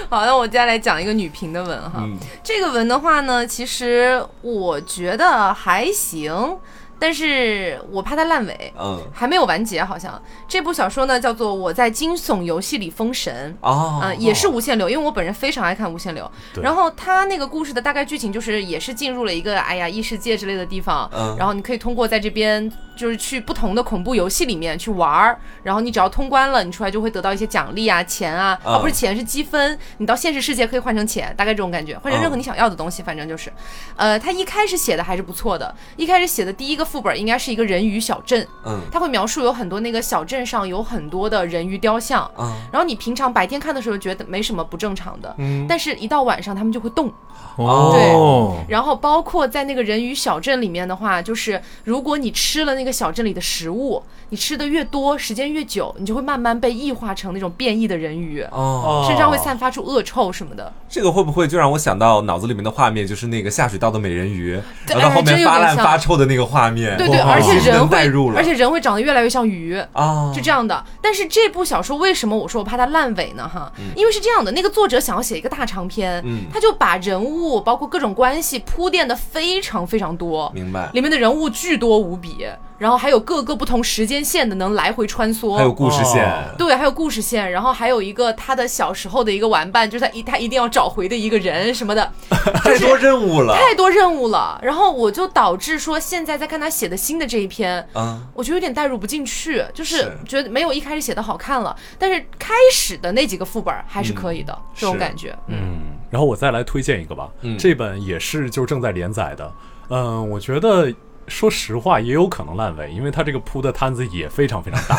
[SPEAKER 2] 好，那我接下来讲一个女评的文哈。
[SPEAKER 3] 嗯
[SPEAKER 2] 这个文的话呢，其实我觉得还行，但是我怕它烂尾，
[SPEAKER 3] 嗯
[SPEAKER 2] 还没有完结。好像这部小说呢叫做《我在惊悚游戏里封神》。
[SPEAKER 3] 哦，
[SPEAKER 2] 嗯，也是无限流，因为我本人非常爱看无限流。
[SPEAKER 1] 对
[SPEAKER 2] 然后他那个故事的大概剧情就是，也是进入了一个哎呀异世界之类的地方，
[SPEAKER 3] 嗯
[SPEAKER 2] 然后你可以通过在这边就是去不同的恐怖游戏里面去玩儿，然后你只要通关了，你出来就会得到一些奖励啊、钱啊，
[SPEAKER 3] 嗯
[SPEAKER 2] 啊不是钱是积分，你到现实世界可以换成钱，大概这种感觉，换成任何你想要的东西，反正就是，呃，他一开始写的还是不错的，一开始写的第一个副本应该是一个人鱼小镇，
[SPEAKER 3] 嗯
[SPEAKER 2] 他会描述有很多那个小镇上有很多的人鱼雕像，
[SPEAKER 3] 啊
[SPEAKER 2] 然后你平常白天看的时候觉得没什么不正常的，
[SPEAKER 3] 嗯
[SPEAKER 2] 但是一到晚上他们就会动。
[SPEAKER 4] 哦，
[SPEAKER 2] 然后包括在那个人鱼小镇里面的话，就是如果你吃了那个小镇里的食物，你吃的越多，时间越久，你就会慢慢被异化成那种变异的人鱼，
[SPEAKER 3] 哦，
[SPEAKER 2] 身上会散发出恶臭什么的。
[SPEAKER 3] 这个会不会就让我想到脑子里面的画面，就是那个下水道的美人鱼，
[SPEAKER 2] 对
[SPEAKER 3] 然
[SPEAKER 2] 哎
[SPEAKER 3] 后到后面
[SPEAKER 2] 真有
[SPEAKER 3] 发
[SPEAKER 2] 点
[SPEAKER 3] 烂
[SPEAKER 2] 像
[SPEAKER 3] 发臭的那个画面？
[SPEAKER 2] 对对，
[SPEAKER 1] 哇
[SPEAKER 2] 而且
[SPEAKER 3] 其实
[SPEAKER 2] 人
[SPEAKER 3] 能代
[SPEAKER 2] 会
[SPEAKER 3] 哦入，了，
[SPEAKER 2] 而且人会长得越来越像鱼。
[SPEAKER 3] 啊，
[SPEAKER 2] 是这样的。但是这部小说为什么我说我怕它烂尾呢？哈，因为是这样的，那个作者想要写一个大长篇，
[SPEAKER 3] 嗯
[SPEAKER 2] 他就把人物包括各种关系铺垫的非常非常多，
[SPEAKER 3] 明白。
[SPEAKER 2] 里面的人物巨多无比，然后还有各个不同时间线的能来回穿
[SPEAKER 3] 还有
[SPEAKER 2] 梭。
[SPEAKER 3] 故事线
[SPEAKER 1] 哦，
[SPEAKER 2] 对，还有故事线，然后还有一个他的小时候的一个玩伴，就是他一他一定要找回的一个人什么的，
[SPEAKER 3] 啊太多任务 了
[SPEAKER 2] 太多任务了。然后我就导致说，现在在看他写的新的这一篇，
[SPEAKER 3] 啊！
[SPEAKER 2] 我觉得有点代入不进去，就是
[SPEAKER 3] 是
[SPEAKER 2] 觉得没有一开始写的好看了，但是开始的那几个副本还是可以的，这种
[SPEAKER 3] 是
[SPEAKER 2] 感觉。
[SPEAKER 1] 嗯，然后我再来推荐一个吧，
[SPEAKER 3] 嗯
[SPEAKER 1] 这本也是就正在连载的，嗯，我觉得说实话也有可能烂尾，因为它这个铺的摊子也非常非常 大，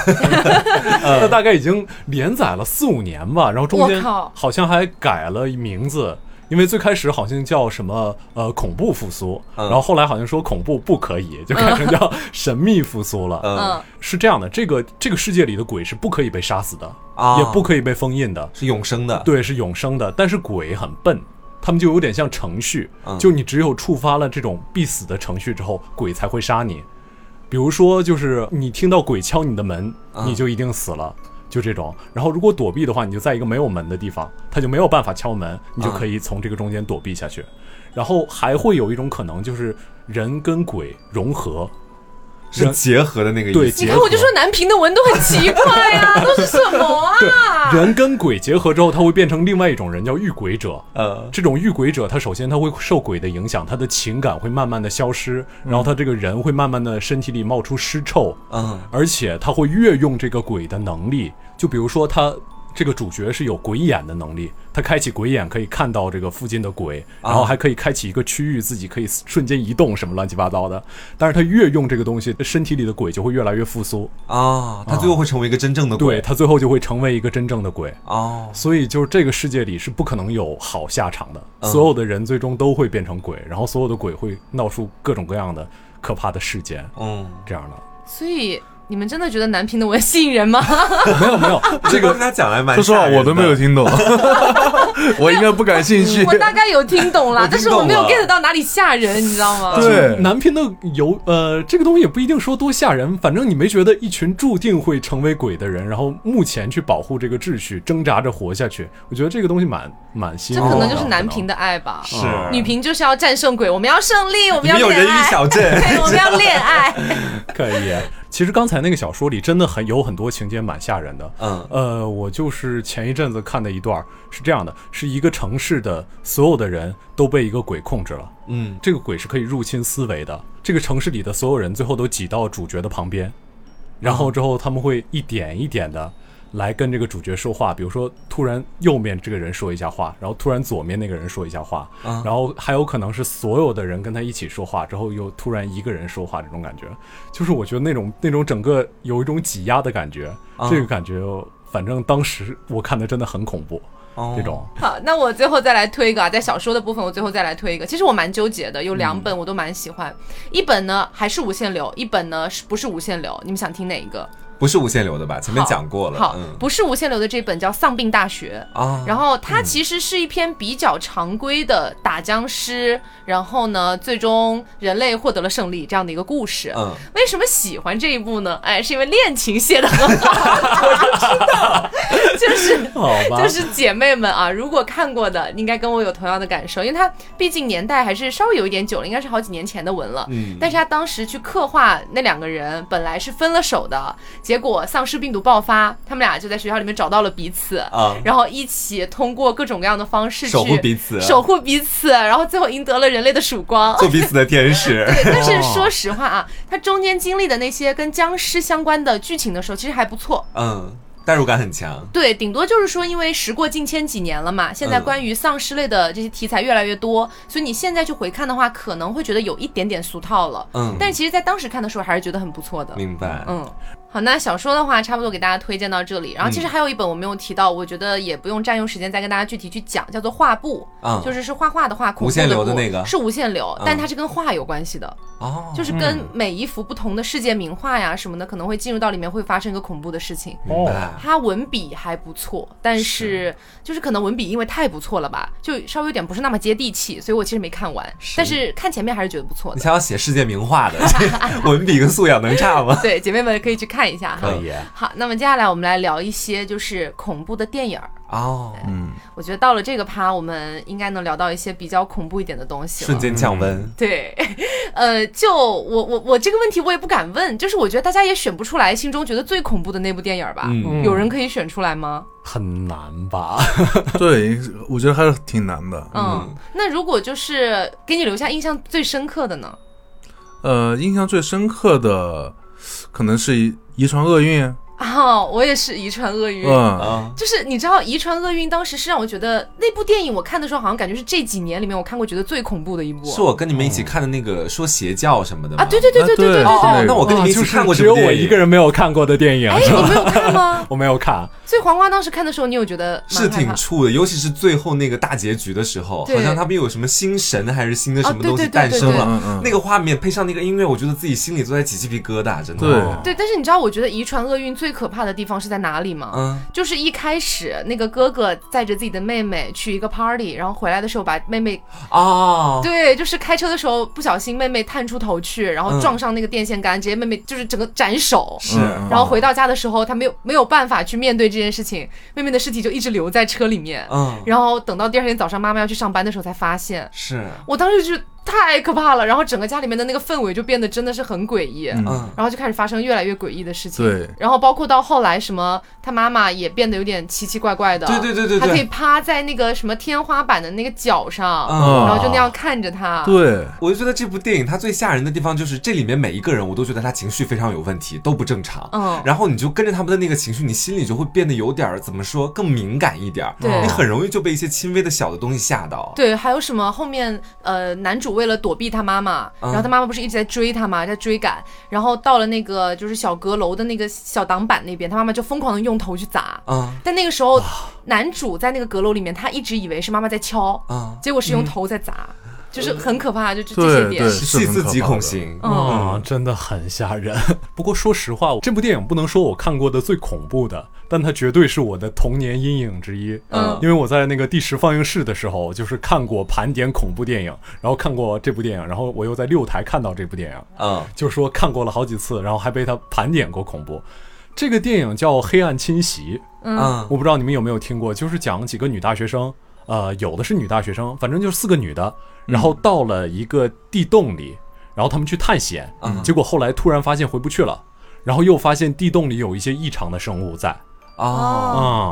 [SPEAKER 1] 它大概已经连载了四五年吧，然后中间
[SPEAKER 2] 我靠
[SPEAKER 1] 好像还改了名字。因为最开始好像叫什么呃恐怖复苏，
[SPEAKER 3] 嗯
[SPEAKER 1] 然后后来好像说恐怖不可以，就改成 叫神秘复苏了。
[SPEAKER 3] 嗯，
[SPEAKER 2] 嗯，
[SPEAKER 1] 是这样的，这个这个世界里的鬼是不可以被杀死的，
[SPEAKER 3] 啊
[SPEAKER 1] 也不可以被封印的，
[SPEAKER 3] 是永生的，
[SPEAKER 1] 对，是永生的。但是鬼很笨，他们就有点像程序，
[SPEAKER 3] 嗯
[SPEAKER 1] 就你只有触发了这种必死的程序之后，鬼才会杀你。比如说，就是你听到鬼敲你的门，
[SPEAKER 3] 嗯
[SPEAKER 1] 你就一定死了。就这种，然后如果躲避的话，你就在一个没有门的地方，他就没有办法敲门，你就
[SPEAKER 3] 嗯
[SPEAKER 1] 可以从这个中间躲避下去。然后还会有一种可能，就是人跟鬼融合，
[SPEAKER 3] 是结合的那个
[SPEAKER 1] 对
[SPEAKER 3] 意思。
[SPEAKER 2] 你
[SPEAKER 1] 结
[SPEAKER 2] 看
[SPEAKER 1] 合
[SPEAKER 2] 我就说南平的文都很奇怪啊，都是什么啊？
[SPEAKER 1] 人跟鬼结合之后，他会变成另外一种人，叫遇鬼者。
[SPEAKER 3] 呃，
[SPEAKER 1] 这种遇鬼者，他首先他会受鬼的影响，他的情感会慢慢的消失，然后他这个人会慢慢的身体里冒出尸臭，
[SPEAKER 3] 嗯
[SPEAKER 1] 而且他会越用这个鬼的能力，就比如说他。这个主角是有鬼眼的能力，他开启鬼眼可以看到这个附近的鬼，然后还可以开启一个区域，自己可以瞬间移动，什么乱七八糟的。但是他越用这个东西，身体里的鬼就会越来越复苏，
[SPEAKER 3] 啊，他最后会成为一个真正的
[SPEAKER 1] 对
[SPEAKER 3] 鬼。
[SPEAKER 1] 他最后就会成为一个真正的鬼。
[SPEAKER 2] 啊
[SPEAKER 3] 哦，
[SPEAKER 1] 所以就是这个世界里是不可能有好下场的，
[SPEAKER 3] 嗯
[SPEAKER 1] 所有的人最终都会变成鬼，然后所有的鬼会闹出各种各样的可怕的事件，
[SPEAKER 3] 嗯，
[SPEAKER 1] 这样的。
[SPEAKER 2] 所以你们真的觉得南平的文吸引人吗？
[SPEAKER 1] 哦没有没有，
[SPEAKER 3] 这个跟他讲来蛮
[SPEAKER 4] 说实话
[SPEAKER 3] 吓人的
[SPEAKER 4] 我都没 有听懂，我应该不感兴趣
[SPEAKER 2] 我。大概有听懂啦，
[SPEAKER 3] 我听懂了
[SPEAKER 2] 但是我没有 get 到哪里吓人，你知道吗？
[SPEAKER 4] 对
[SPEAKER 1] 南平的游呃，这个东西也不一定说多吓人，反正你没觉得一群注定会成为鬼的人，然后目前去保护这个秩序，挣扎着活下去，我觉得这个东西蛮满心
[SPEAKER 2] 这
[SPEAKER 1] 的
[SPEAKER 2] 可能就
[SPEAKER 1] 可
[SPEAKER 2] 是
[SPEAKER 1] 能
[SPEAKER 2] 男频的爱吧。
[SPEAKER 3] 是
[SPEAKER 2] 女频就是要战胜鬼，我们要胜利，我们
[SPEAKER 3] 你
[SPEAKER 2] 要
[SPEAKER 3] 们有人
[SPEAKER 2] 恋
[SPEAKER 3] 鱼
[SPEAKER 2] 爱，
[SPEAKER 3] 小镇，
[SPEAKER 2] 对，我们要恋爱。
[SPEAKER 1] 可以。其实刚才那个小说里真的很有很多情节蛮吓人的。
[SPEAKER 3] 嗯
[SPEAKER 1] 呃，我就是前一阵子看的一段儿是这样的：是一个城市的所有的人都被一个鬼控制了，
[SPEAKER 3] 嗯，
[SPEAKER 1] 这个鬼是可以入侵思维的。这个城市里的所有人最后都挤到主角的旁边，然后之后他们会一点一点的来跟这个主角说话，比如说突然右面这个人说一下话，然后突然左面那个人说一下话，
[SPEAKER 3] 啊
[SPEAKER 1] 然后还有可能是所有的人跟他一起说话，之后又突然一个人说话，这种感觉，就是我觉得那种那种整个有一种挤压的感觉，
[SPEAKER 3] 啊
[SPEAKER 1] 这个感觉。反正当时我看的真的很恐怖，
[SPEAKER 3] 哦
[SPEAKER 1] 这种
[SPEAKER 2] 好，那我最后再来推一个啊，在小说的部分，我最后再来推一个。其实我蛮纠结的，有
[SPEAKER 3] 嗯
[SPEAKER 2] 两本我都蛮喜欢，一本呢还是无限流，一本呢是不是无限流？你们想听哪一个？
[SPEAKER 3] 不是无限流的吧？前面
[SPEAKER 2] 好
[SPEAKER 3] 讲过了，
[SPEAKER 2] 好，
[SPEAKER 3] 嗯
[SPEAKER 2] 不是无限流的这本叫《丧病大学》。
[SPEAKER 3] 啊，
[SPEAKER 2] 然后它其实是一篇比较常规的打僵尸，然后呢，最终人类获得了胜利这样的一个故事。
[SPEAKER 3] 嗯，
[SPEAKER 2] 为什么喜欢这一部呢？哎，是因为恋情写的很好， 我就知道，就是。
[SPEAKER 3] 哦
[SPEAKER 1] 好吧，
[SPEAKER 2] 就是姐妹们啊，如果看过的，应该跟我有同样的感受，因为它毕竟年代还是稍微有一点久了，应该是好几年前的文了。
[SPEAKER 3] 嗯
[SPEAKER 2] 但是他当时去刻画那两个人本来是分了手的，结果丧尸病毒爆发，他们俩就在学校里面找到了彼此，
[SPEAKER 3] 啊，
[SPEAKER 2] 然后一起通过各种各样的方式去
[SPEAKER 3] 守护彼此，啊
[SPEAKER 2] 守护彼此，然后最后赢得了人类的曙 光。
[SPEAKER 3] 做彼此的天使，
[SPEAKER 2] 对，但是说实话啊，他中间经历的那些跟僵尸相关的剧情的时候，其实还不错。
[SPEAKER 3] 嗯，代入感很强，
[SPEAKER 2] 对，顶多就是说，因为时过境迁几年了嘛，现在
[SPEAKER 3] 嗯
[SPEAKER 2] 关于丧尸类的这些题材越来越多，所以你现在去回看的话，可能会觉得有一点点俗套了。
[SPEAKER 3] 嗯
[SPEAKER 2] 但其实，在当时看的时候，还是觉得很不错的。
[SPEAKER 3] 明白，
[SPEAKER 2] 嗯，好，那小说的话，差不多给大家推荐到这里。然后其
[SPEAKER 3] 嗯
[SPEAKER 2] 实还有一本我没有提到，我觉得也不用占用时间再跟大家具体去讲，叫做《画布》，
[SPEAKER 3] 嗯
[SPEAKER 2] 就是是画画的画，恐怖
[SPEAKER 3] 无限流的
[SPEAKER 2] 的
[SPEAKER 3] 那个
[SPEAKER 2] 是无限流，
[SPEAKER 3] 嗯
[SPEAKER 2] 但它是跟画有关系的，
[SPEAKER 3] 哦，
[SPEAKER 2] 就是跟每一幅不同的世界名画呀什么的，可能会进入到里面会发生一个恐怖的事情。
[SPEAKER 3] 明白，
[SPEAKER 2] 它文笔还不错，但是就是可能文笔因为太不错了吧，就稍微有点不是那么接地气，所以我其实没看完，但是看前面还是觉得不错
[SPEAKER 3] 你
[SPEAKER 2] 的。
[SPEAKER 3] 想要写世界名画的， 这文笔跟素养能差吗？
[SPEAKER 2] 对，姐妹们可以去看一下哈。
[SPEAKER 1] 可以，
[SPEAKER 2] 好，那么接下来我们来聊一些就是恐怖的电影儿。
[SPEAKER 3] 哦，
[SPEAKER 4] 嗯
[SPEAKER 2] 我觉得到了这个趴，我们应该能聊到一些比较恐怖一点的东西
[SPEAKER 3] 瞬
[SPEAKER 2] 了。
[SPEAKER 3] 间降温，
[SPEAKER 2] 对， 呃，就我我我这个问题我也不敢问，就是我觉得大家也选不出来心中觉得最恐怖的那部电影儿吧？
[SPEAKER 3] 嗯
[SPEAKER 2] 有人可以选出来吗？
[SPEAKER 1] 很难吧？
[SPEAKER 4] 对，我觉得还是挺难的。
[SPEAKER 2] 嗯，那如果就是给你留下印象最深刻的呢？
[SPEAKER 4] 呃，印象最深刻的可能是遗遗传厄运，
[SPEAKER 2] 啊、我也是遗传厄运。
[SPEAKER 4] 嗯，
[SPEAKER 3] 啊，
[SPEAKER 2] 就是你知道，《遗传厄运》当时是让我觉得那部电影，我看的时候好像感觉是这几年里面我看过觉得最恐怖的一部
[SPEAKER 3] 是我跟你们一起看的那个说邪教什么的吗
[SPEAKER 2] 啊！对对对对对对对
[SPEAKER 4] 啊
[SPEAKER 2] 对
[SPEAKER 4] 对
[SPEAKER 3] 哦，那我跟你们一
[SPEAKER 1] 就
[SPEAKER 3] 起
[SPEAKER 1] 是
[SPEAKER 3] 看过这
[SPEAKER 1] 只
[SPEAKER 3] 部
[SPEAKER 1] 有
[SPEAKER 3] 电影，
[SPEAKER 1] 我一个人没有看过的电影，
[SPEAKER 2] 哎，哦
[SPEAKER 1] 是吧
[SPEAKER 2] 你没有看吗？
[SPEAKER 1] 我没有看，
[SPEAKER 2] 所以黄瓜当时看的时候，你有觉得蛮害
[SPEAKER 3] 是
[SPEAKER 2] 怕
[SPEAKER 3] 挺怵的，尤其是最后那个大结局的时候，
[SPEAKER 2] 对
[SPEAKER 3] 好像他们有什么新神还是新的什么
[SPEAKER 2] 哦对
[SPEAKER 3] 东西
[SPEAKER 2] 对对
[SPEAKER 3] 诞生
[SPEAKER 2] 对
[SPEAKER 4] 嗯
[SPEAKER 2] 对
[SPEAKER 3] 了，
[SPEAKER 4] 嗯嗯，
[SPEAKER 3] 那个画面配上那个音乐，我觉得自己心里都在起鸡皮疙瘩，真的。
[SPEAKER 4] 对
[SPEAKER 1] 哦
[SPEAKER 2] 对，啊但是你知道，我觉得《遗传厄运》最可怕的地方是在哪里吗？
[SPEAKER 3] 嗯，
[SPEAKER 2] 就是一开始那个哥哥载着自己的妹妹去一个 party，然后回来的时候把妹妹
[SPEAKER 3] 哦，
[SPEAKER 2] 对，就是开车的时候不小心妹妹探出头去，然后
[SPEAKER 3] 嗯
[SPEAKER 2] 撞上那个电线杆，直接妹妹就是整个斩首。
[SPEAKER 3] 是，
[SPEAKER 4] 嗯
[SPEAKER 2] 然后回到家的时候，她没有没有办法去面对这件事情，妹妹的尸体就一直留在车里面。
[SPEAKER 3] 嗯，
[SPEAKER 2] 然后等到第二天早上妈妈要去上班的时候才发现，
[SPEAKER 3] 是，
[SPEAKER 2] 我当时就太可怕了。然后整个家里面的那个氛围就变得真的是很诡异。
[SPEAKER 3] 嗯，
[SPEAKER 2] 然后就开始发生越来越诡异的事情，
[SPEAKER 4] 对
[SPEAKER 2] 然后包括到后来，什么她妈妈也变得有点奇奇怪怪的，
[SPEAKER 3] 对对对对
[SPEAKER 2] 还可以
[SPEAKER 3] 对，
[SPEAKER 2] 趴在那个什么天花板的那个脚上，
[SPEAKER 3] 嗯
[SPEAKER 2] 然后就那样看着他。
[SPEAKER 4] 啊对，
[SPEAKER 3] 我就觉得这部电影它最吓人的地方就是这里面每一个人，我都觉得他情绪非常有问题，都不正常。
[SPEAKER 2] 嗯
[SPEAKER 3] 然后你就跟着他们的那个情绪，你心里就会变得有点儿怎么说，更敏感一点儿。
[SPEAKER 2] 对
[SPEAKER 3] 你很容易就被一些轻微的小的东西吓到。
[SPEAKER 2] 对，还有什么后面呃，男主为了躲避他妈妈，
[SPEAKER 3] 嗯
[SPEAKER 2] 然后他妈妈不是一直在追他嘛，在追赶，然后到了那个就是小阁楼的那个小挡板那边，他妈妈就疯狂的用头去砸。
[SPEAKER 3] 嗯
[SPEAKER 2] 但那个时候，男主在那个阁楼里面，他一直以为是妈妈在敲，
[SPEAKER 3] 嗯，
[SPEAKER 2] 结果是用头在砸，就是很可怕，就就这些
[SPEAKER 4] 对
[SPEAKER 2] 点
[SPEAKER 4] 对，。
[SPEAKER 3] 细
[SPEAKER 4] 是很
[SPEAKER 3] 思
[SPEAKER 4] 可
[SPEAKER 3] 极
[SPEAKER 4] 怕的
[SPEAKER 3] 恐。型。
[SPEAKER 2] 嗯，
[SPEAKER 1] 啊，真的很吓人。不过说实话，这部电影不能说我看过的最恐怖的，但它绝对是我的童年阴影之一。
[SPEAKER 2] 嗯
[SPEAKER 1] 因为我在那个第十放映室的时候，就是看过盘点恐怖电影，然后看过这部电影，然后我又在六台看到这部电影，
[SPEAKER 3] 嗯，
[SPEAKER 1] 就说看过了好几次，然后还被它盘点过恐怖。这个电影叫《黑暗侵袭》，
[SPEAKER 3] 嗯
[SPEAKER 1] 我不知道你们有没有听过，就是讲几个女大学生呃，有的是女大学生，反正就是四个女的，然后到了一个地洞里，然后他们去探险，
[SPEAKER 3] 嗯
[SPEAKER 1] 结果后来突然发现回不去了，然后又发现地洞里有一些异常的生物在
[SPEAKER 3] 哦，
[SPEAKER 2] 哦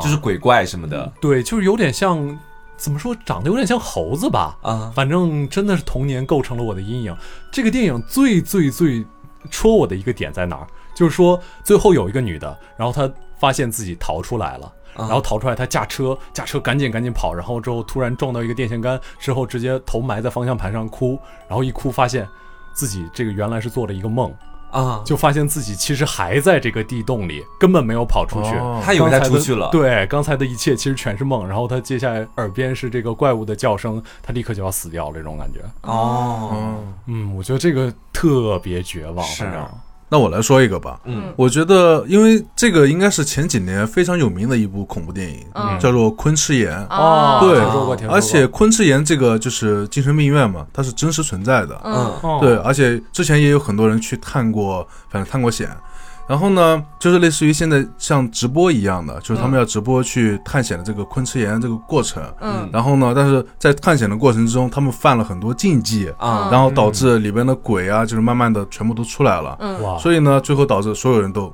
[SPEAKER 1] 啊，
[SPEAKER 3] 就是鬼怪什么的
[SPEAKER 1] 对，就是有点像，怎么说，长得有点像猴子吧，
[SPEAKER 3] 啊，
[SPEAKER 1] 反正真的是童年构成了我的阴影。这个电影最最最戳我的一个点在哪儿？就是说最后有一个女的，然后她发现自己逃出来了。
[SPEAKER 3] 啊
[SPEAKER 1] 然后逃出来，她驾车，驾车赶紧赶紧跑，然后之后突然撞到一个电线杆，之后直接头埋在方向盘上哭，然后一哭发现自己这个原来是做了一个梦，
[SPEAKER 3] 啊，
[SPEAKER 1] 就发现自己其实还在这个地洞里，根本没有跑出去。
[SPEAKER 4] 哦
[SPEAKER 3] 他以为他
[SPEAKER 1] 刚才
[SPEAKER 3] 出
[SPEAKER 1] 的
[SPEAKER 3] 去了，，
[SPEAKER 1] 对，刚才的一切其实全是梦。然后他接下来耳边是这个怪物的叫声，他立刻就要死掉了，这种感觉。
[SPEAKER 3] 哦，嗯
[SPEAKER 4] 哦
[SPEAKER 1] 嗯，我觉得这个特别绝望，
[SPEAKER 3] 是啊
[SPEAKER 1] 反正
[SPEAKER 4] 那我来说一个吧，
[SPEAKER 3] 嗯
[SPEAKER 4] 我觉得因为这个应该是前几年非常有名的一部恐怖电影，
[SPEAKER 2] 嗯
[SPEAKER 4] 叫做《昆池岩》。
[SPEAKER 2] 啊
[SPEAKER 4] 哦对
[SPEAKER 1] 听说过，听说过。
[SPEAKER 4] 而且，昆池岩这个就是精神病院嘛，它是真实存在的。
[SPEAKER 2] 嗯，
[SPEAKER 1] 哦
[SPEAKER 4] 对，，而且之前也有很多人去探过，反正探过险。然后呢，就是类似于现在像直播一样的，就是他们要直播去探险的这个昆池岩这个过程。
[SPEAKER 2] 嗯
[SPEAKER 4] 然后呢，但是在探险的过程之中，他们犯了很多禁忌，
[SPEAKER 3] 啊
[SPEAKER 2] 嗯
[SPEAKER 4] 然后导致里边的鬼啊，就是慢慢的全部都出来了。
[SPEAKER 2] 嗯，
[SPEAKER 1] 哇，
[SPEAKER 4] 所以呢，最后导致所有人都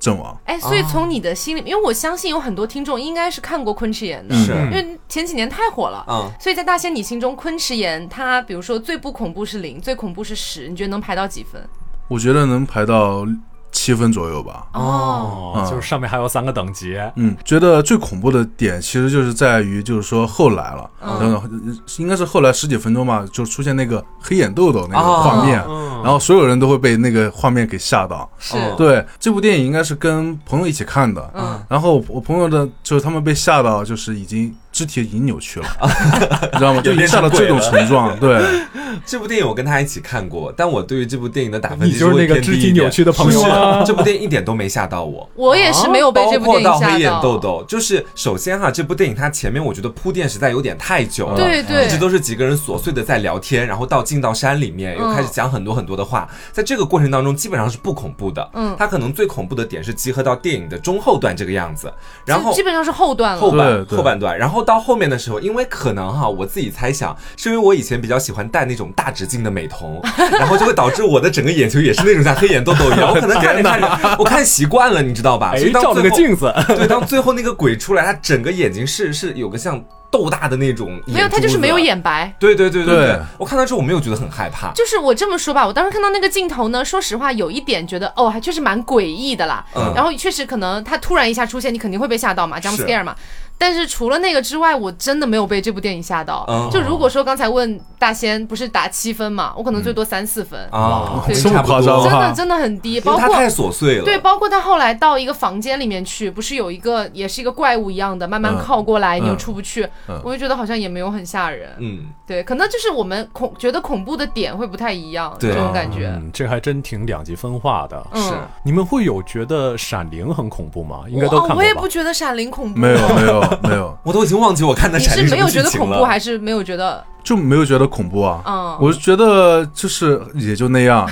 [SPEAKER 4] 阵亡。
[SPEAKER 2] 哎，所以
[SPEAKER 4] 啊
[SPEAKER 2] 从你的心里，因为我相信有很多听众应该是看过昆池岩的，
[SPEAKER 3] 是
[SPEAKER 1] 嗯
[SPEAKER 2] 因为前几年太火了。
[SPEAKER 3] 啊，
[SPEAKER 2] 所以在大仙你心中，昆池岩它，比如说最不恐怖是零，最恐怖是十，你觉得能排到几分？
[SPEAKER 4] 我觉得能排到七分左右吧。
[SPEAKER 2] 哦，
[SPEAKER 1] 哦，就是上面还有三个等级，
[SPEAKER 4] 嗯，觉得最恐怖的点其实就是在于，就是说后来了，
[SPEAKER 2] 嗯
[SPEAKER 4] 然后应该是后来十几分钟吧，就出现那个黑眼豆豆那个
[SPEAKER 3] 哦
[SPEAKER 4] 画
[SPEAKER 2] 啊
[SPEAKER 4] 面，
[SPEAKER 1] 嗯
[SPEAKER 4] 然后所有人都会被那个画面给吓到。
[SPEAKER 2] 是，
[SPEAKER 3] 哦
[SPEAKER 4] 对，这部电影应该是跟朋友一起看的，
[SPEAKER 2] 嗯，
[SPEAKER 4] 然后我朋友的就是他们被吓到，就是已经肢体已经扭 曲了，你知道吗？就已经吓到这种形状，对，
[SPEAKER 3] 这部电影我跟他一起看过，但我对于这部电影的打分
[SPEAKER 1] 你就是那个肢体扭曲的朋友啊吗
[SPEAKER 3] 吗？这部电影一点都没吓 到我。
[SPEAKER 2] 我也是没有被这部电
[SPEAKER 3] 包括
[SPEAKER 2] 影
[SPEAKER 3] 到
[SPEAKER 2] 吓
[SPEAKER 3] 黑眼豆豆，就是首先哈，这部电影它前面我觉得铺垫实在有点太久了，
[SPEAKER 2] 嗯对对
[SPEAKER 3] 一直嗯都是几个人琐碎的在聊天，然后到进到山里面又开
[SPEAKER 2] 嗯
[SPEAKER 3] 始讲很多很多的话，在这个过程当中基本上是不恐怖的，
[SPEAKER 2] 嗯
[SPEAKER 3] 它可能最恐怖的点是集合到电影的中后段这个样子，然后
[SPEAKER 2] 基基本上是后段
[SPEAKER 3] 后
[SPEAKER 2] 了。
[SPEAKER 3] 半
[SPEAKER 4] 对对
[SPEAKER 3] 后半段，然后到后面的时候，因为可能哈、我自己猜想，是因为我以前比较喜欢戴那种大直径的美 瞳，然后就会导致我的整个眼球也是那种像黑眼豆豆一样，我可能 看着看着，我看习惯了，你知道吧？所
[SPEAKER 1] 哎，
[SPEAKER 3] 以到
[SPEAKER 1] 照了个
[SPEAKER 3] 最后，
[SPEAKER 1] 镜子，
[SPEAKER 3] 对，当最后那个鬼出来，他整个眼睛是是有个像豆大的那种，
[SPEAKER 2] 没有，他就是没有。眼白。
[SPEAKER 3] 对对对对
[SPEAKER 4] 对，
[SPEAKER 3] 我看到之后我没有觉得很害怕，
[SPEAKER 2] 就是我这么说吧，我当时看到那个镜头呢，说实话有一点觉得哦，还确实蛮诡异的啦。
[SPEAKER 3] 嗯
[SPEAKER 2] 然后确实可能他突然一下出现，你肯定会被吓到嘛，jump
[SPEAKER 3] 是
[SPEAKER 2] scare 嘛。但是除了那个之外，我真的没有被这部电影吓到。
[SPEAKER 3] 嗯
[SPEAKER 2] 就如果说刚才问大仙不是打七分嘛，我可能最多三四分，
[SPEAKER 3] 啊，
[SPEAKER 2] 对
[SPEAKER 3] 差不多
[SPEAKER 4] 这么夸张
[SPEAKER 2] 真
[SPEAKER 4] 吗
[SPEAKER 2] 的真的很低。
[SPEAKER 3] 因
[SPEAKER 2] 包
[SPEAKER 3] 为它
[SPEAKER 2] 括
[SPEAKER 3] 太琐碎了。
[SPEAKER 2] 对，包括他后来到一个房间里面去，不是有一个也是一个怪物一样的慢慢
[SPEAKER 4] 嗯
[SPEAKER 2] 靠过来，你又
[SPEAKER 4] 嗯
[SPEAKER 2] 出不去，
[SPEAKER 4] 嗯
[SPEAKER 2] 我就觉得好像也没有很吓人。
[SPEAKER 3] 嗯，
[SPEAKER 2] 对，可能就是我们恐觉得恐怖的点会不太一样，
[SPEAKER 3] 对
[SPEAKER 2] 这种感觉。
[SPEAKER 1] 嗯，这还真挺两极分化的。
[SPEAKER 2] 嗯
[SPEAKER 3] 是
[SPEAKER 1] 你们会有觉得《闪灵》很恐怖吗？应该都
[SPEAKER 2] 我
[SPEAKER 3] 啊
[SPEAKER 1] 看
[SPEAKER 2] 哦我
[SPEAKER 1] 过
[SPEAKER 2] 也
[SPEAKER 1] 吧
[SPEAKER 2] 不？觉得《闪灵》恐怖，
[SPEAKER 4] 没有没有没有，
[SPEAKER 3] 我都已经忘记我看的
[SPEAKER 2] 你
[SPEAKER 3] 闪
[SPEAKER 2] 是
[SPEAKER 3] 灵什
[SPEAKER 2] 没有
[SPEAKER 3] 么
[SPEAKER 2] 觉
[SPEAKER 3] 剧
[SPEAKER 2] 得
[SPEAKER 3] 情
[SPEAKER 2] 恐
[SPEAKER 3] 了
[SPEAKER 2] 怖，还是没有觉得？
[SPEAKER 4] 就没有觉得恐怖啊。
[SPEAKER 2] 嗯，
[SPEAKER 4] 我是觉得就是也就那样，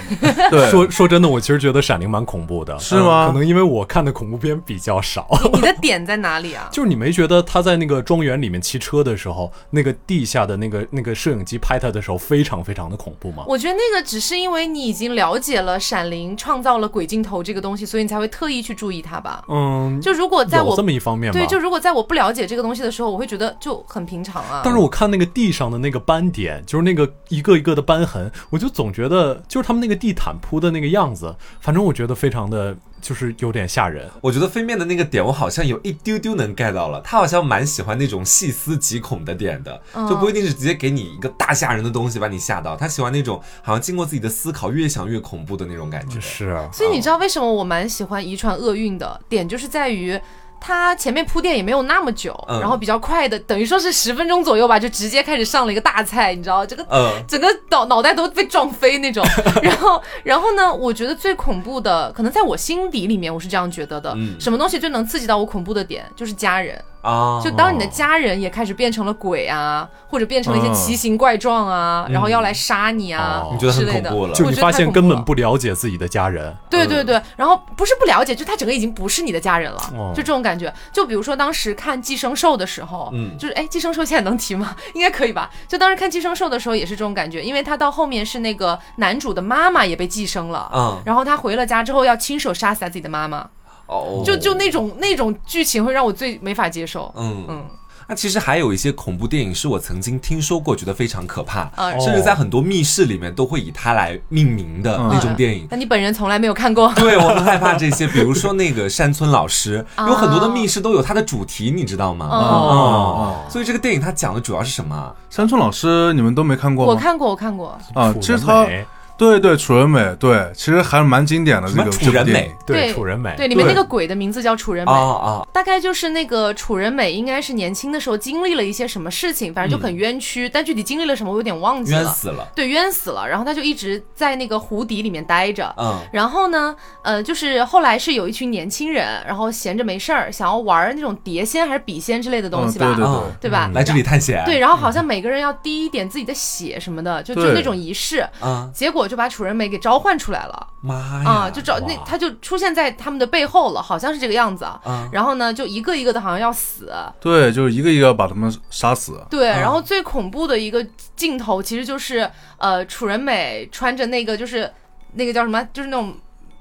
[SPEAKER 4] 对，
[SPEAKER 1] 说说真的，我其实觉得《闪灵》蛮恐怖的，嗯
[SPEAKER 4] 是吗
[SPEAKER 1] 可能因为我看的恐怖片比较少。
[SPEAKER 2] 你的点在哪里 啊？
[SPEAKER 1] 就是你没觉得他在那个庄园里面骑车的时候，那个地下的那个那个摄影机拍他的时候，非常非常的恐怖吗？
[SPEAKER 2] 我觉得那个只是因为你已经了解了《闪灵》创造了鬼镜头这个东西，所以你才会特意去注意它吧。
[SPEAKER 1] 嗯，
[SPEAKER 2] 就如果在
[SPEAKER 1] 有
[SPEAKER 2] 我
[SPEAKER 1] 这么一方面吧。
[SPEAKER 2] 对，就如果在我不了解这个东西的时候，我会觉得就很平常啊。
[SPEAKER 1] 但是我看那个地上的那个斑点，就是那个一个一个的斑痕，我就总觉得就是他们那个地毯铺的那个样子，反正我觉得非常的就是有点吓人。
[SPEAKER 3] 我觉得飞面的那个点，我好像有一丢丢能 get 到了。他好像蛮喜欢那种细思极恐的点的，
[SPEAKER 2] 嗯
[SPEAKER 3] 就不一定是直接给你一个大吓人的东西把你吓到，他喜欢那种好像经过自己的思考，越想越恐怖的那种感觉。
[SPEAKER 1] 是，
[SPEAKER 2] 所以你知道为什么我蛮喜欢遗传厄运的点，就是在于。它前面铺垫也没有那么久，
[SPEAKER 3] 嗯
[SPEAKER 2] 然后比较快的，等于说是十分钟左右吧，就直接开始上了一个大菜，你知道这个
[SPEAKER 3] 嗯，
[SPEAKER 2] 整个脑脑袋都被撞 飞那种。然后，然后呢，我觉得最恐怖的，可能在我心底里面我是这样觉得的，
[SPEAKER 3] 嗯
[SPEAKER 2] 什么东西最能刺激到我恐怖的点就是家人，
[SPEAKER 3] 啊，
[SPEAKER 2] 就当你的家人也开始变成了鬼啊，或者变成了一些奇形怪状啊，然后要来杀你啊
[SPEAKER 1] 哦
[SPEAKER 3] 你觉得
[SPEAKER 2] 之
[SPEAKER 3] 很
[SPEAKER 2] 类
[SPEAKER 3] 恐
[SPEAKER 2] 的，
[SPEAKER 3] 怖了，
[SPEAKER 1] 就
[SPEAKER 2] 我
[SPEAKER 1] 你
[SPEAKER 2] 觉得
[SPEAKER 1] 发
[SPEAKER 2] 太
[SPEAKER 1] 现
[SPEAKER 2] 恐
[SPEAKER 1] 根
[SPEAKER 2] 怖
[SPEAKER 1] 本
[SPEAKER 2] 了
[SPEAKER 1] 不了解自己的家人，
[SPEAKER 2] 对对对，然后不是不了解，就他整个已经不是你的家人了，
[SPEAKER 1] 哦
[SPEAKER 2] 就这种感觉。就比如说当时看《寄生兽》的时候，
[SPEAKER 3] 嗯
[SPEAKER 2] 就是哎，《寄生兽》现在能提吗？ 应该可以吧？就当时看《寄生兽》的时候也是这种感觉，因为他到后面是那个男主的妈妈也被寄生了，
[SPEAKER 3] 嗯
[SPEAKER 2] 然后他回了家之后要亲手杀死他自己的妈妈，
[SPEAKER 3] 哦，
[SPEAKER 2] 就就那种那种剧情会让我最没法接受。
[SPEAKER 3] 嗯
[SPEAKER 2] 嗯，
[SPEAKER 3] 那其实还有一些恐怖电影是我曾经听说过，觉得非常可怕，
[SPEAKER 2] 啊
[SPEAKER 3] 甚至在很多密室里面都会以它来命名的
[SPEAKER 2] 嗯
[SPEAKER 3] 那种电影。
[SPEAKER 2] 那你本人从来没有看 过？
[SPEAKER 3] 对，我很害怕这些，比如说那个山村老师，有很多的密室都有它的主题，你知道吗？
[SPEAKER 2] 啊
[SPEAKER 4] 啊
[SPEAKER 2] 哦
[SPEAKER 3] 嗯所以这个电影它讲的主要是什么啊？
[SPEAKER 4] 山村老师，你们都没看过吗？
[SPEAKER 2] 我看过，我看过。
[SPEAKER 4] 啊，
[SPEAKER 1] 楚
[SPEAKER 4] 其实
[SPEAKER 1] 人
[SPEAKER 4] 他
[SPEAKER 1] 美
[SPEAKER 4] 对对楚人美，对，其实还蛮经典的
[SPEAKER 3] 什
[SPEAKER 4] 这
[SPEAKER 3] 么
[SPEAKER 4] 个
[SPEAKER 3] 楚
[SPEAKER 4] 这部
[SPEAKER 3] 人
[SPEAKER 4] 电
[SPEAKER 3] 美
[SPEAKER 4] 影。
[SPEAKER 1] 对楚人美，
[SPEAKER 2] 对，里面那
[SPEAKER 4] 对
[SPEAKER 2] 个鬼的名字叫楚人
[SPEAKER 3] 哎啊
[SPEAKER 2] 美。
[SPEAKER 3] 啊，
[SPEAKER 2] 大概就是那个楚人美，应该是年轻的时候经历了一些什么事情，反正就很冤屈，但具体经历了什么我有点忘记
[SPEAKER 3] 嗯冤
[SPEAKER 2] 了。
[SPEAKER 3] 死了，
[SPEAKER 2] 对，冤死了，然后他就一直在那个湖底里面待着。
[SPEAKER 3] 嗯
[SPEAKER 2] 然后呢，呃，就是后来是有一群年轻人，然后闲着没事儿，想要玩那种碟仙还是笔仙之类的东
[SPEAKER 4] 嗯，
[SPEAKER 2] 西吧，
[SPEAKER 4] 对对对
[SPEAKER 3] 嗯，
[SPEAKER 2] 对吧？
[SPEAKER 3] 来这里探险，
[SPEAKER 2] 对，，然后好像每个人要滴一点自己的血什么的，就就
[SPEAKER 4] 对
[SPEAKER 2] 那种仪式，
[SPEAKER 3] 啊
[SPEAKER 2] 结果就把楚人美给召唤出来了。
[SPEAKER 4] 哎
[SPEAKER 3] 妈呀，
[SPEAKER 2] 啊，就找那
[SPEAKER 1] 哇
[SPEAKER 2] 他就出现在他们的背后了，好像是这个样子啊。
[SPEAKER 3] 啊
[SPEAKER 2] 然后呢，就一个一个的，好像要死。
[SPEAKER 4] 对，就是一个一个把他们杀死。
[SPEAKER 2] 对，然后最恐怖的一个镜头其实就是，呃，楚人美穿着那个就是那个叫什么，就是那种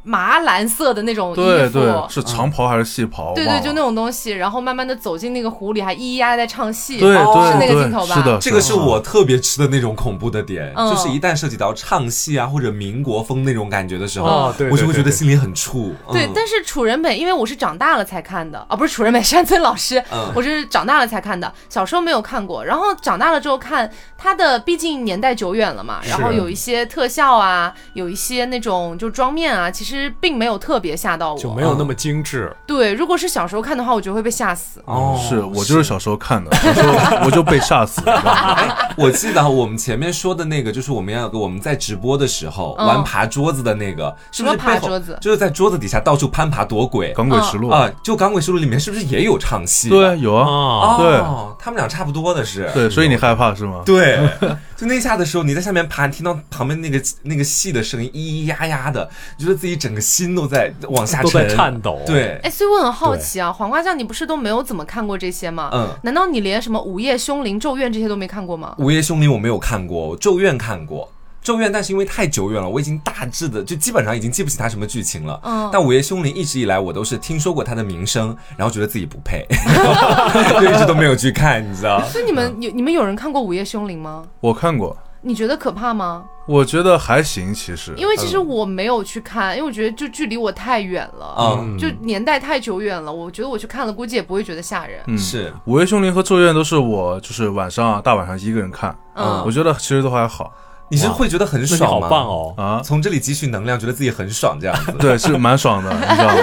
[SPEAKER 2] 麻蓝色的那种衣服，
[SPEAKER 4] 对对，是长袍还是细袍？
[SPEAKER 2] 对
[SPEAKER 4] 忘
[SPEAKER 2] 对
[SPEAKER 4] 了
[SPEAKER 2] 就那种东西，然后慢慢的走进那个湖里，还咿咿呀呀在唱戏，
[SPEAKER 4] 对
[SPEAKER 3] 哦
[SPEAKER 4] 对
[SPEAKER 2] 是那个
[SPEAKER 4] 对
[SPEAKER 2] 镜头吧
[SPEAKER 4] 是的，
[SPEAKER 3] 这个
[SPEAKER 4] 的
[SPEAKER 3] 是我特别吃的那种恐怖的点，
[SPEAKER 2] 嗯
[SPEAKER 3] 就是一旦涉及到唱戏啊或者民国风那种感觉的时候，
[SPEAKER 1] 哦对对
[SPEAKER 3] 我就会觉得
[SPEAKER 1] 对对
[SPEAKER 3] 心里很怵。
[SPEAKER 2] 对
[SPEAKER 3] 嗯，
[SPEAKER 2] 但是楚人美，因为我是长大了才看的啊，不是楚人美，山村老师，
[SPEAKER 3] 嗯
[SPEAKER 2] 我是长大了才看的，小时候没有看过。然后长大了之后看它的，毕竟年代久远了嘛，然后有一些特效啊，有一些那种就妆面啊，其实并没有特别吓到我。
[SPEAKER 1] 就没有那么精致。
[SPEAKER 2] 对，如果是小时候看的话，我觉得会被吓死。
[SPEAKER 3] 哦
[SPEAKER 4] 嗯是我就是小时候看的，小时候我就被吓死 了。
[SPEAKER 3] 我记得我们前面说的那个，就是我们要我们在直播的时候
[SPEAKER 2] 嗯
[SPEAKER 3] 玩爬桌子的那个，是不是
[SPEAKER 2] 什么爬
[SPEAKER 3] 背后
[SPEAKER 2] 桌子
[SPEAKER 3] 就是在桌子底下到处攀爬躲鬼
[SPEAKER 4] 《港鬼
[SPEAKER 1] 嗯
[SPEAKER 4] 实录》
[SPEAKER 3] 啊？就《港鬼实录》里面是不是也有唱戏？
[SPEAKER 4] 对，有啊，对
[SPEAKER 3] 哦，他们俩差不多的是。
[SPEAKER 4] 对，所以你害怕是吗？
[SPEAKER 3] 对， 就那一下的时候，你在下面爬，你听到旁边那个那个戏的声音，咿咿呀呀的，你觉得自己整个心都在往下
[SPEAKER 1] 都在
[SPEAKER 3] 沉
[SPEAKER 1] 颤抖
[SPEAKER 3] 对，
[SPEAKER 2] 哎，所以我很好
[SPEAKER 1] 对
[SPEAKER 2] 奇啊，黄瓜酱，你不是都没有怎么看过这些吗？
[SPEAKER 3] 嗯
[SPEAKER 2] 难道你连什么《午夜凶铃》《咒怨》这些都没看过吗？
[SPEAKER 3] 《午夜凶铃》我没有看过，《咒怨》看过，《咒怨》但是因为太久远了，我已经大致的就基本上已经记不起它什么剧情了。
[SPEAKER 2] 嗯
[SPEAKER 3] 但《午夜凶铃》一直以来我都是听说过它的名声，然后觉得自己不配， 就一直都没有去看，你知道？
[SPEAKER 2] 所以你们有你们有人看过《午夜凶铃》吗？
[SPEAKER 4] 我看过，
[SPEAKER 2] 你觉得可怕吗？
[SPEAKER 4] 我觉得还行，其实
[SPEAKER 2] 因为其实
[SPEAKER 3] 嗯
[SPEAKER 2] 我没有去看，因为我觉得就距离我太远了，
[SPEAKER 3] 嗯，
[SPEAKER 2] 就年代太久远了。我觉得我去看了，估计也不会觉得吓人。
[SPEAKER 4] 嗯
[SPEAKER 3] 是
[SPEAKER 4] 《午夜凶铃》和《咒怨》都是我就是晚上啊大晚上一个人看，
[SPEAKER 2] 嗯
[SPEAKER 4] 我觉得其实都还好
[SPEAKER 3] 你是会觉得很
[SPEAKER 1] 那你好
[SPEAKER 3] 爽吗？
[SPEAKER 1] 棒！哦！
[SPEAKER 4] 啊，。
[SPEAKER 3] 从这里汲取能量，觉得自己很爽这样子
[SPEAKER 4] 对，是蛮爽的，你知道吗？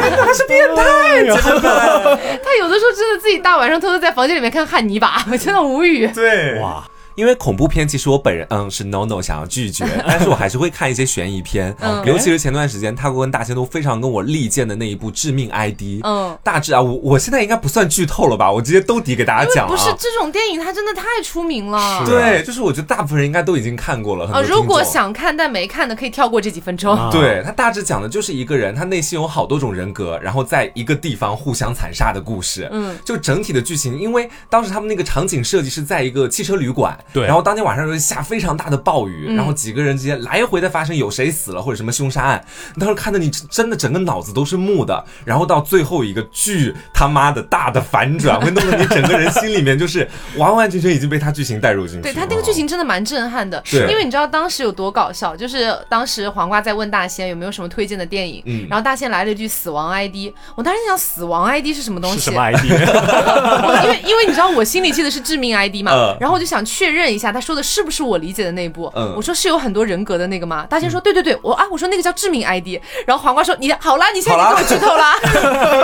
[SPEAKER 2] 他有的时候真的自己大晚上偷偷在房间里面看汉尼拔， 我真的无语。
[SPEAKER 3] 对，
[SPEAKER 1] 哇，
[SPEAKER 3] 因为恐怖片其实我本人嗯是 no no 想要 拒绝，但是我还是会看一些悬疑片，
[SPEAKER 2] 嗯
[SPEAKER 3] 尤其是前段时间他跟大仙都非常跟我力荐的那一部《致命 ID》。
[SPEAKER 2] 嗯，
[SPEAKER 3] 大致啊，我我现在应该不算剧透了吧？我直接兜底给大家讲
[SPEAKER 2] 不是
[SPEAKER 3] 啊。
[SPEAKER 2] 这种电影，它真的太出名了。
[SPEAKER 3] 对，就是我觉得大部分人应该都已经看过了。很
[SPEAKER 2] 啊，
[SPEAKER 3] 多
[SPEAKER 2] 如果
[SPEAKER 3] 听众。
[SPEAKER 2] 想看但没看的，可以跳过这几分钟。
[SPEAKER 1] 啊
[SPEAKER 3] 对他大致讲的就是一个人，他内心有好多种人格，然后在一个地方互相残杀的故事。
[SPEAKER 2] 嗯，
[SPEAKER 3] 就整体的剧情，因为当时他们那个场景设计是在一个汽车旅馆，
[SPEAKER 1] 对
[SPEAKER 3] 然后当天晚上就下非常大的暴雨，
[SPEAKER 2] 嗯
[SPEAKER 3] 然后几个人之间来回的发生有谁死了或者什么凶杀案，你当时看的你真的整个脑子都是木的，然后到最后一个巨他妈的大的反转，会弄得你整个人心里面就是完完全全已经被他剧情带入进去。
[SPEAKER 2] 对他那个剧情真的蛮震撼的，
[SPEAKER 3] 是
[SPEAKER 2] 因为你知道当时有多搞笑，就是当时黄瓜在问大仙有没有什么推荐的电影，
[SPEAKER 3] 嗯
[SPEAKER 2] 然后大仙来了一句“死亡 ID”，我当时想死亡 ID 是什么东西？
[SPEAKER 1] 是什么 ID？
[SPEAKER 2] 我 因为因为你知道我心里记得是致命 ID 嘛，
[SPEAKER 3] 嗯
[SPEAKER 2] 然后我就想确认一下他说的是不是我理解的那一部。
[SPEAKER 3] 嗯
[SPEAKER 2] 我说是有很多人格的那个吗？大仙说、对对对，我啊我说那个叫致命 ID，然后黄瓜说你好啦，你现在
[SPEAKER 3] 好
[SPEAKER 2] 给
[SPEAKER 3] 啦
[SPEAKER 2] 我剧透啦，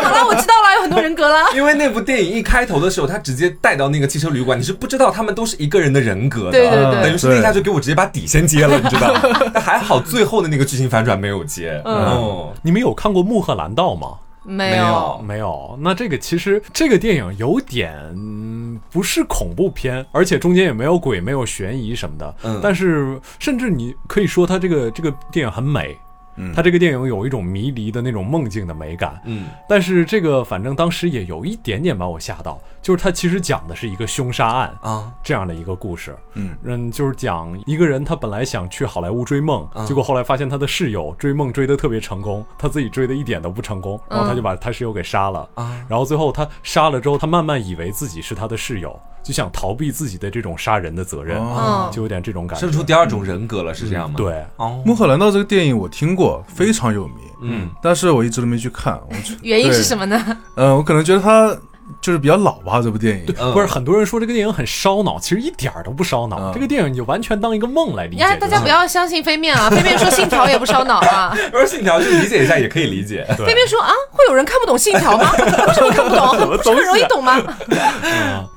[SPEAKER 2] 好啦，我知道啦，有很多人格啦。
[SPEAKER 3] 因为那部电影一开头的时候，他直接带到那个汽车旅馆，你是不知道他们都是一个人的人格的，啊
[SPEAKER 2] 对对对
[SPEAKER 3] 等于是那一下就给我直接把底先揭了，你知道吗？但还好最后的那个剧情反转没有揭，
[SPEAKER 2] 嗯
[SPEAKER 3] 哦，
[SPEAKER 1] 你们有看过《穆赫兰道》吗？
[SPEAKER 2] 没
[SPEAKER 3] 没有
[SPEAKER 1] 没有，那这个其实这个电影有点嗯不是恐怖片，而且中间也没有鬼，没有悬疑什么的。
[SPEAKER 3] 嗯
[SPEAKER 1] 但是甚至你可以说它这个这个电影很美，
[SPEAKER 4] 嗯
[SPEAKER 1] 它这个电影有一种迷离的那种梦境的美感。
[SPEAKER 3] 嗯
[SPEAKER 1] 但是这个反正当时也有一点点把我吓到，就是它其实讲的是一个凶杀案
[SPEAKER 3] 啊，
[SPEAKER 1] 这样的一个故事。
[SPEAKER 4] 嗯
[SPEAKER 1] 嗯，就是讲一个人，他本来想去好莱坞追梦，
[SPEAKER 3] 嗯
[SPEAKER 1] 结果后来发现他的室友追梦追得特别成功，他自己追得一点都不成功，然后他就把他室友给杀了。
[SPEAKER 3] 嗯啊
[SPEAKER 1] 然后最后他杀了之后，他慢慢以为自己是他的室友，就想逃避自己的这种杀人的责任，
[SPEAKER 4] 哦
[SPEAKER 2] 嗯
[SPEAKER 1] 就有点这种感觉。
[SPEAKER 3] 生出第二种人格了，是这样吗？，
[SPEAKER 1] 对，
[SPEAKER 3] 哦，
[SPEAKER 4] 穆赫兰道这个电影我听过，非常有名，
[SPEAKER 3] 嗯
[SPEAKER 4] 但是我一直都没去看。我去，
[SPEAKER 2] 原因是
[SPEAKER 4] 对
[SPEAKER 2] 什么呢？
[SPEAKER 4] 嗯、我可能觉得它就是比较老吧，这部电影。
[SPEAKER 3] 嗯
[SPEAKER 1] 不是很多人说这个电影很烧脑，其实一点儿都不烧脑。
[SPEAKER 4] 嗯
[SPEAKER 1] 这个电影你就完全当一个梦来理解就
[SPEAKER 2] 呀，
[SPEAKER 1] 行。
[SPEAKER 2] 哎大家不要相信飞面啊！飞面说信条也不烧脑啊！
[SPEAKER 3] 不是信条，就理解一下也可以理解。
[SPEAKER 1] 对
[SPEAKER 2] 飞面说啊，会有人看不懂信条吗？为什么看不懂？不是很容易懂吗？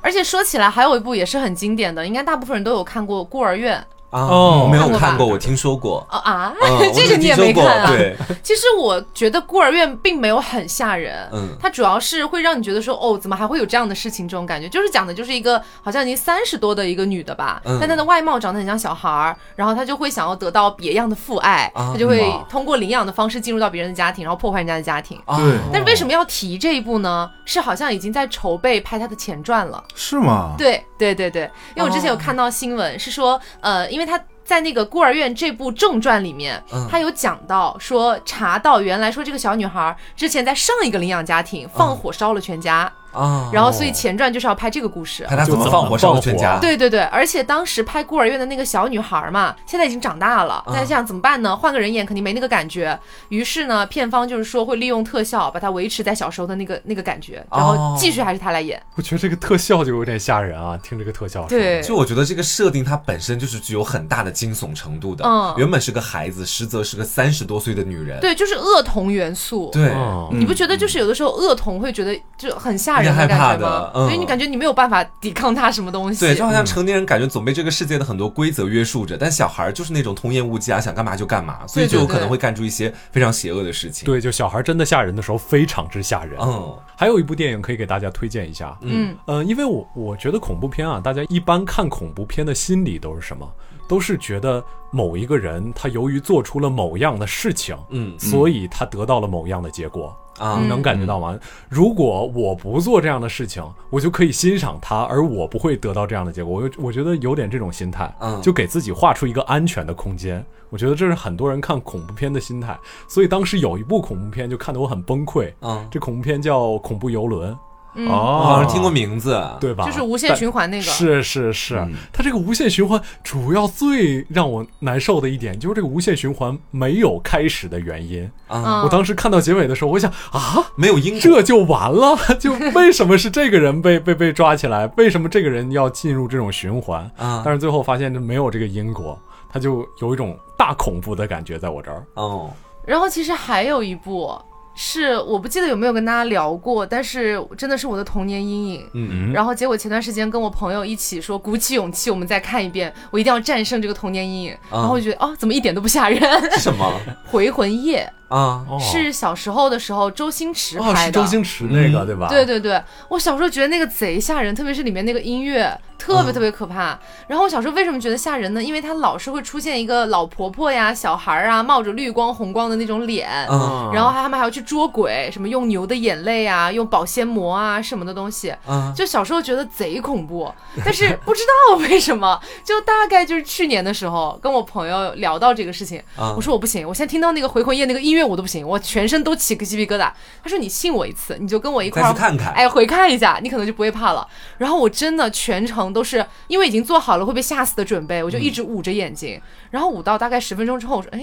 [SPEAKER 2] 而且说起来，还有一部也是很经典的，应该大部分人都有看过《孤儿院》
[SPEAKER 3] 啊，
[SPEAKER 1] 哦
[SPEAKER 3] 我没有
[SPEAKER 2] 看过吧
[SPEAKER 3] 看过，我听说过。
[SPEAKER 2] 哦啊
[SPEAKER 3] 啊，我
[SPEAKER 2] 这个你也
[SPEAKER 3] 听说
[SPEAKER 2] 没
[SPEAKER 3] 过
[SPEAKER 2] 看啊？
[SPEAKER 3] 对，
[SPEAKER 2] 其实我觉得孤儿院并没有很吓人，
[SPEAKER 3] 嗯
[SPEAKER 2] 它主要是会让你觉得说，哦，怎么还会有这样的事情？这种感觉，就是讲的就是一个好像已经三十多的一个女的吧，
[SPEAKER 3] 嗯
[SPEAKER 2] 但她的外貌长得很像小孩儿，然后她就会想要得到别样的父爱，
[SPEAKER 3] 啊
[SPEAKER 2] 她就会
[SPEAKER 1] 哇
[SPEAKER 2] 通过领养的方式进入到别人的家庭，然后破坏人家的家庭。
[SPEAKER 3] 啊
[SPEAKER 4] 对
[SPEAKER 2] 但是为什么要提这一部呢？是好像已经在筹备拍她的前传了。
[SPEAKER 4] 是吗？
[SPEAKER 2] 对对对对，因为我之前有看到新闻、是说，呃，因为他在那个孤儿院这部正传里面，
[SPEAKER 3] 嗯
[SPEAKER 2] 他有讲到说查到原来说这个小女孩之前在上一个领养家庭放火烧了全家，
[SPEAKER 3] 啊？
[SPEAKER 2] 然后所以前传就是要拍这个故事。
[SPEAKER 3] 看他怎
[SPEAKER 1] 就
[SPEAKER 3] 么
[SPEAKER 1] 怎
[SPEAKER 3] 放
[SPEAKER 1] 么
[SPEAKER 3] 火烧
[SPEAKER 1] 放
[SPEAKER 3] 了全
[SPEAKER 1] 火
[SPEAKER 3] 家。
[SPEAKER 2] 对对对，而且当时拍孤儿院的那个小女孩嘛，现在已经长大了，但是想怎么办呢？换个人演肯定没那个感觉。于是呢，片方就是说会利用特效把它维持在小时候的那个那个感觉，然后继续还是她来演。
[SPEAKER 1] 我觉得这个特效就有点吓人啊！听这个特效说
[SPEAKER 2] 对，
[SPEAKER 3] 就我觉得这个设定它本身就是具有很大的惊悚程度的。
[SPEAKER 2] 嗯
[SPEAKER 3] 原本是个孩子，实则是个三十多岁的女人。
[SPEAKER 2] 对，就是恶童元素。
[SPEAKER 3] 对
[SPEAKER 1] 嗯
[SPEAKER 2] 你不觉得就是有的时候恶童会觉得就很吓人
[SPEAKER 3] 有点害
[SPEAKER 2] 感
[SPEAKER 3] 怕
[SPEAKER 2] 觉吗
[SPEAKER 3] 的？嗯
[SPEAKER 2] 所以你感觉你没有办法抵抗他什么东西。
[SPEAKER 3] 对，就好像成年人感觉总被这个世界的很多规则约束着，但小孩儿就是那种童言无忌啊，想干嘛就干嘛，所以
[SPEAKER 2] 对
[SPEAKER 3] 就
[SPEAKER 2] 对
[SPEAKER 3] 有可能
[SPEAKER 2] 对
[SPEAKER 3] 会干出一些非常邪恶的事情。，
[SPEAKER 1] 对，就小孩真的吓人的时候非常之吓人。
[SPEAKER 3] 嗯
[SPEAKER 1] 还有一部电影可以给大家推荐一下，
[SPEAKER 2] 嗯
[SPEAKER 1] 呃，因为我我觉得恐怖片啊，大家一般看恐怖片的心理都是什么？都是觉得某一个人他由于做出了某样的事情，
[SPEAKER 3] 嗯
[SPEAKER 1] 所以他得到了某样的结果。
[SPEAKER 3] 啊
[SPEAKER 2] 嗯
[SPEAKER 1] 你能感觉到吗？如果我不做这样的事情，我就可以欣赏它，而我不会得到这样的结果。我就我觉得有点这种心态，
[SPEAKER 3] 嗯
[SPEAKER 1] 就给自己画出一个安全的空间。我觉得这是很多人看恐怖片的心态。所以当时有一部恐怖片就看得我很崩溃，
[SPEAKER 3] 嗯，
[SPEAKER 1] 这恐怖片叫《恐怖游轮》，
[SPEAKER 4] 哦，
[SPEAKER 3] 我好像听过名字。，
[SPEAKER 1] 对吧？
[SPEAKER 2] 啊嗯就是无限循环那个。
[SPEAKER 1] 但。是是是，啊
[SPEAKER 3] 嗯
[SPEAKER 1] 它这个无限循环主要最让我难受的一点就是这个无限循环没有开始的原因。
[SPEAKER 3] 啊，
[SPEAKER 2] 嗯，
[SPEAKER 1] 我当时看到结尾的时候，我想啊，
[SPEAKER 3] 没有因 果。
[SPEAKER 1] 这就完了，就为什么是这个人被 被被抓起来？为什么这个人要进入这种循环？
[SPEAKER 3] 啊
[SPEAKER 1] 但是最后发现这没有这个因果，他就有一种大恐怖的感觉在我这儿。
[SPEAKER 3] 哦，
[SPEAKER 2] 然后其实还有一部是我不记得有没有跟大家聊过，但是真的是我的童年阴影。
[SPEAKER 3] 嗯
[SPEAKER 2] 然后结果前段时间跟我朋友一起说，鼓起勇气我们再看一遍，我一定要战胜这个童年阴影。
[SPEAKER 3] 嗯
[SPEAKER 2] 然后我觉得哦，怎么一点都不吓人？
[SPEAKER 3] 是什么
[SPEAKER 2] 回魂夜
[SPEAKER 3] 啊？
[SPEAKER 1] 哦
[SPEAKER 2] 是小时候的时候周星驰
[SPEAKER 1] 哦，
[SPEAKER 2] 拍
[SPEAKER 1] 是
[SPEAKER 2] 的，
[SPEAKER 1] 周星驰那个、
[SPEAKER 3] 嗯
[SPEAKER 1] 对吧？
[SPEAKER 2] 对对对，我小时候觉得那个贼吓人，特别是里面那个音乐，特别特别可怕。然后我小时候为什么觉得吓人呢？因为它老是会出现一个老婆婆呀、小孩儿啊，冒着绿光红光的那种脸，
[SPEAKER 1] 嗯
[SPEAKER 3] 啊
[SPEAKER 2] 然后他们还要去捉鬼，什么用牛的眼泪啊，用保鲜膜啊什么的东西。
[SPEAKER 3] 啊
[SPEAKER 2] 就小时候觉得贼恐怖，但是不知道为什么，就大概就是去年的时候，跟我朋友聊到这个事情，
[SPEAKER 3] 啊
[SPEAKER 2] 我！说我不行，我现在听到那个回魂夜那个音乐我都不行，我全身都起个鸡皮疙瘩。他说你信我一次，你就跟我一块
[SPEAKER 3] 再
[SPEAKER 2] 儿
[SPEAKER 3] 去看看。
[SPEAKER 2] 哎，回看一下，你可能就不会怕了。然后我真的全程都是因为已经做好了会被吓死的准备，我就一直捂着眼睛，然后捂到大概十分钟之后，我说，哎，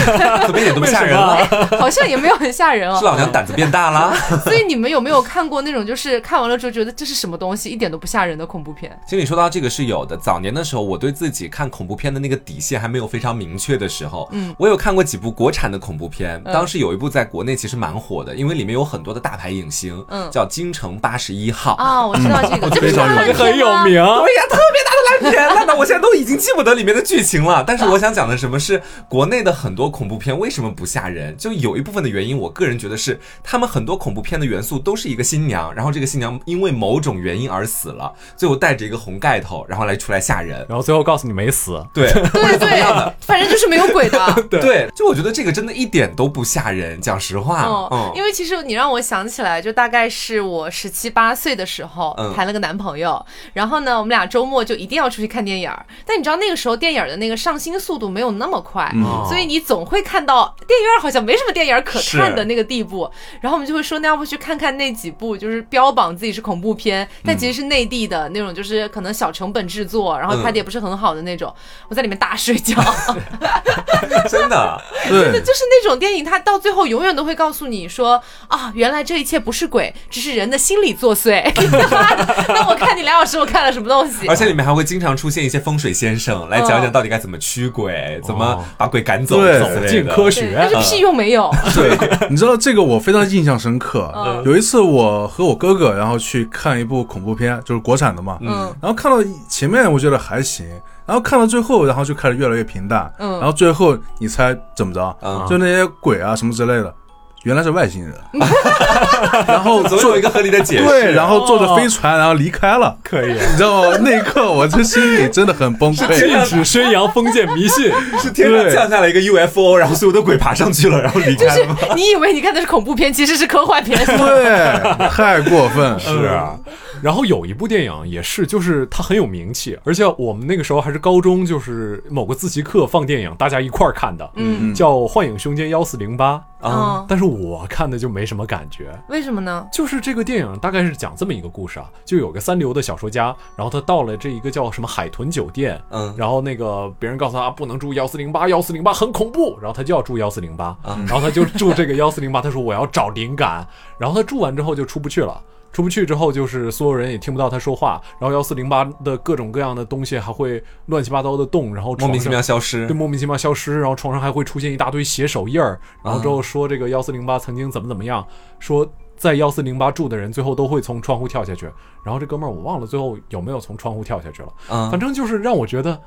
[SPEAKER 3] 怎么一点都不吓人
[SPEAKER 1] 啊
[SPEAKER 3] 了？
[SPEAKER 2] 好像也没有很吓人
[SPEAKER 3] 是
[SPEAKER 2] 哦。
[SPEAKER 3] 老娘胆子变大了？
[SPEAKER 2] 所以你们有没有看过那种就是看完了之后觉得这是什么东西，一点都不吓人的恐怖片？
[SPEAKER 3] 其实你说到这个是有的。早年的时候，我对自己看恐怖片的那个底线还没有非常明确的时候，嗯，我有看过几部国产的恐怖片，
[SPEAKER 2] 嗯
[SPEAKER 3] 当时有一部在国内其实蛮火的，因为里面有很多的大牌影星，
[SPEAKER 2] 嗯
[SPEAKER 3] 叫《京城八十一号》。哎
[SPEAKER 2] 啊，我知道这个，这不
[SPEAKER 4] 非
[SPEAKER 2] 是
[SPEAKER 4] 常
[SPEAKER 2] 烂
[SPEAKER 4] 有
[SPEAKER 2] 片
[SPEAKER 1] 很有
[SPEAKER 2] 吗
[SPEAKER 1] 名，
[SPEAKER 3] 对呀，特别大的天哪！那我现在都已经记不得里面的剧情了。 但是我想讲的什么是国内的很多恐怖片为什么不吓人？就有一部分的原因，我个人觉得是他们很多恐怖片的元素都是一个新娘，然后这个新娘因为某种原因而死了，最后带着一个红盖头，然后来出来吓人。
[SPEAKER 1] 然后最后告诉你没死，
[SPEAKER 3] 对，
[SPEAKER 2] 啊对对，反正就是没有鬼的。
[SPEAKER 1] 对
[SPEAKER 3] 对，就我觉得这个真的一点都不吓人，讲实话，
[SPEAKER 2] 嗯，因
[SPEAKER 3] 嗯，
[SPEAKER 2] 为其实你让我想起来，就大概是我十七八岁的时候
[SPEAKER 3] 嗯
[SPEAKER 2] 谈了个男朋友，然后呢，我们俩周末就一定要出去看电影儿。但你知道那个时候电影儿的那个上新速度没有那么快，
[SPEAKER 3] 嗯
[SPEAKER 2] 所以你总会看到电影院好像没什么电影儿可看的
[SPEAKER 3] 是
[SPEAKER 2] 那个地步。然后我们就会说，那要不去看看那几部就是标榜自己是恐怖片，但其实是内地的那种，就是可能小成本制作，然后拍的也不是很好的那种。我在里面大睡觉。
[SPEAKER 3] 真的，
[SPEAKER 4] 对，
[SPEAKER 2] 就是那种电影，它到最后永远都会告诉你说啊，原来这一切不是鬼，只是人的心理作祟。 那我看你两小时，我看了什么东西
[SPEAKER 3] 而？且里面还会经常出现一些风水先生来
[SPEAKER 2] 嗯
[SPEAKER 3] 讲讲到底该怎么驱鬼，怎么把鬼赶走，
[SPEAKER 4] 对
[SPEAKER 1] 走进科
[SPEAKER 2] 对，
[SPEAKER 1] 学
[SPEAKER 2] 但。是屁用没有。
[SPEAKER 4] 对，你知道这个我非常印象深刻。
[SPEAKER 2] 嗯
[SPEAKER 4] 有一次我和我哥哥，然后去看一部恐怖片，就是国产的嘛。
[SPEAKER 2] 嗯
[SPEAKER 4] 然后看到前面我觉得还行，然后看到最后，然后就开始越来越平淡。
[SPEAKER 2] 嗯
[SPEAKER 4] 然后最后你猜怎么着？
[SPEAKER 3] 嗯
[SPEAKER 4] 就那些鬼啊什么之类的，原来是外 星人。 然后
[SPEAKER 3] 总
[SPEAKER 4] 坐
[SPEAKER 3] 有一个合理的解释。
[SPEAKER 4] 对，然后坐着飞船，然后离开了。
[SPEAKER 1] 可以，
[SPEAKER 4] 你知道吗？那一刻我这心里真的很崩溃。
[SPEAKER 1] 禁止宣扬封建迷 信。
[SPEAKER 3] 是天上降下来一个 UFO，然后所有的鬼爬上去了，然后离
[SPEAKER 2] 就
[SPEAKER 3] 开
[SPEAKER 2] 是
[SPEAKER 3] 了吗？
[SPEAKER 2] 你以为你看的是恐怖片，其实是科幻片。
[SPEAKER 4] 对，太过分。嗯
[SPEAKER 1] 是啊，然后有一部电影也是，就是它很有名气，而且我们那个时候还是高中，就是某个自习课放电影，大家一块儿看的，
[SPEAKER 2] 嗯
[SPEAKER 1] 叫《幻影凶间幺四零八》，
[SPEAKER 3] 啊，
[SPEAKER 2] 嗯，
[SPEAKER 1] 但是我看的就没什么感觉。
[SPEAKER 2] 为什么呢？
[SPEAKER 1] 就是这个电影大概是讲这么一个故事啊，就有个三流的小说家，然后他到了这一个叫什么海豚酒店，
[SPEAKER 3] 嗯
[SPEAKER 1] 然后那个别人告诉他啊不能住幺四零八，幺四零八很恐怖，然后他就要住幺四零八，
[SPEAKER 3] 啊
[SPEAKER 1] 然后他就住这个幺四零八，他说我要找灵感，然后他住完之后就出不去了。出不去之后，就是所有人也听不到他说话，然后幺四零八的各种各样的东西还会乱七八糟的动，然后
[SPEAKER 3] 莫名其
[SPEAKER 1] 床上
[SPEAKER 3] 妙消失
[SPEAKER 1] 对，。莫名其妙消失，然后床上还会出现一大堆血手印儿，然后之后说这个幺四零八曾经怎么怎么样，说在幺四零八住的人最后都会从窗户跳下去，然后这哥们儿我忘了最后有没有从窗户跳下去了，
[SPEAKER 3] 嗯
[SPEAKER 1] 反正就是让我觉得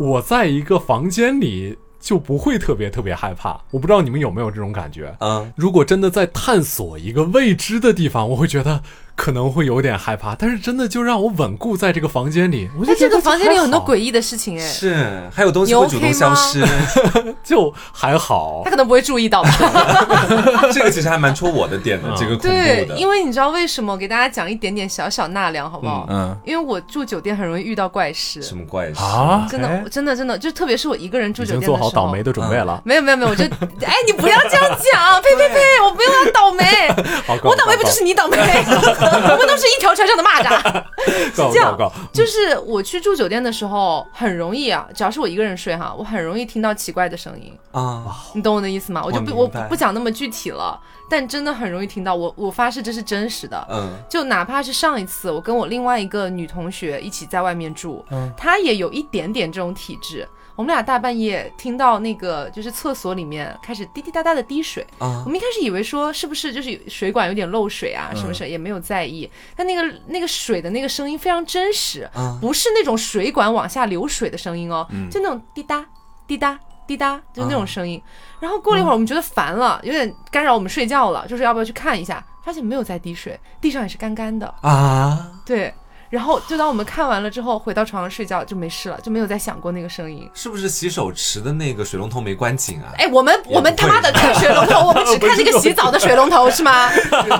[SPEAKER 1] 我在一个房间里就不会特别特别害怕，我不知道你们有没有这种感觉。
[SPEAKER 3] 嗯，
[SPEAKER 1] 如果真的在探索一个未知的地方，我会觉得可能会有点害怕，但是真的就让我稳固在这个房间里，我就
[SPEAKER 2] 哎，
[SPEAKER 1] 觉
[SPEAKER 2] 这
[SPEAKER 1] 得
[SPEAKER 2] 个房间里有很多
[SPEAKER 1] 还好
[SPEAKER 2] 诡异的事情哎，
[SPEAKER 3] 是，还有东西会主动消失，
[SPEAKER 1] 就还好
[SPEAKER 2] 他。可能不会注意到吧。
[SPEAKER 3] 这个其实还蛮戳我的点的，
[SPEAKER 1] 嗯
[SPEAKER 3] 这个恐
[SPEAKER 2] 哦对
[SPEAKER 3] 怖，的。
[SPEAKER 2] 因为你知道为什么？我给大家讲一点点小小纳凉好不好？
[SPEAKER 4] 嗯
[SPEAKER 2] 因为我住酒店很容易遇到怪事。
[SPEAKER 3] 什么怪事？
[SPEAKER 4] 啊，
[SPEAKER 2] 真的，真的，真的，就特别是我一个人住
[SPEAKER 1] 哎已
[SPEAKER 2] 酒店
[SPEAKER 1] 经
[SPEAKER 2] 的时候，嗯
[SPEAKER 1] 做好倒霉的准备 了。
[SPEAKER 2] 没有没有没有，我就哎，你不要这样讲， 呸呸呸，我没有要倒霉，
[SPEAKER 1] 好告
[SPEAKER 2] 我倒霉不就是你倒霉？ 我们都是一条船上的蚂蚱。
[SPEAKER 1] 告
[SPEAKER 2] 这样
[SPEAKER 1] 告告？
[SPEAKER 2] 就是我去住酒店的时候，很容易啊，只要是我一个人睡哈，我很容易听到奇怪的声音，
[SPEAKER 3] 啊，
[SPEAKER 2] 你懂我的意思吗？我就不
[SPEAKER 3] 我
[SPEAKER 2] 我
[SPEAKER 3] 明白
[SPEAKER 2] 不讲那么具体了，但真的很容易听到，我我发誓这是真实的。
[SPEAKER 3] 嗯
[SPEAKER 2] 就哪怕是上一次我跟我另外一个女同学一起在外面住，
[SPEAKER 3] 嗯
[SPEAKER 2] 她也有一点点这种体质。我们俩大半夜听到那个就是厕所里面开始滴滴答答的滴水，
[SPEAKER 3] 啊
[SPEAKER 2] 我，们一开始以为说是不是就是水管有点漏水啊什么什么，也没有在意。但那个那个水的那个声音非常真实，
[SPEAKER 3] 嗯
[SPEAKER 2] 不是那种水管往下流水的声音哦，就那种滴答滴答滴答，就那种声音。然后过了一会儿，我们觉得烦了，有点干扰我们睡觉了，就是要不要去看一下？发现没有在滴水，地上也是干干的，
[SPEAKER 3] 啊，
[SPEAKER 2] 对。然后就当我们看完了之后，回到床上睡觉就没事了，就没有再想过那个声音。
[SPEAKER 3] 是不是洗手池的那个水龙头没关紧啊？
[SPEAKER 2] 哎，我们
[SPEAKER 3] 也
[SPEAKER 2] 我们
[SPEAKER 3] 不
[SPEAKER 2] 他
[SPEAKER 3] 会
[SPEAKER 2] 妈的看水龙头，我们只看那个洗澡的水龙 头是吗？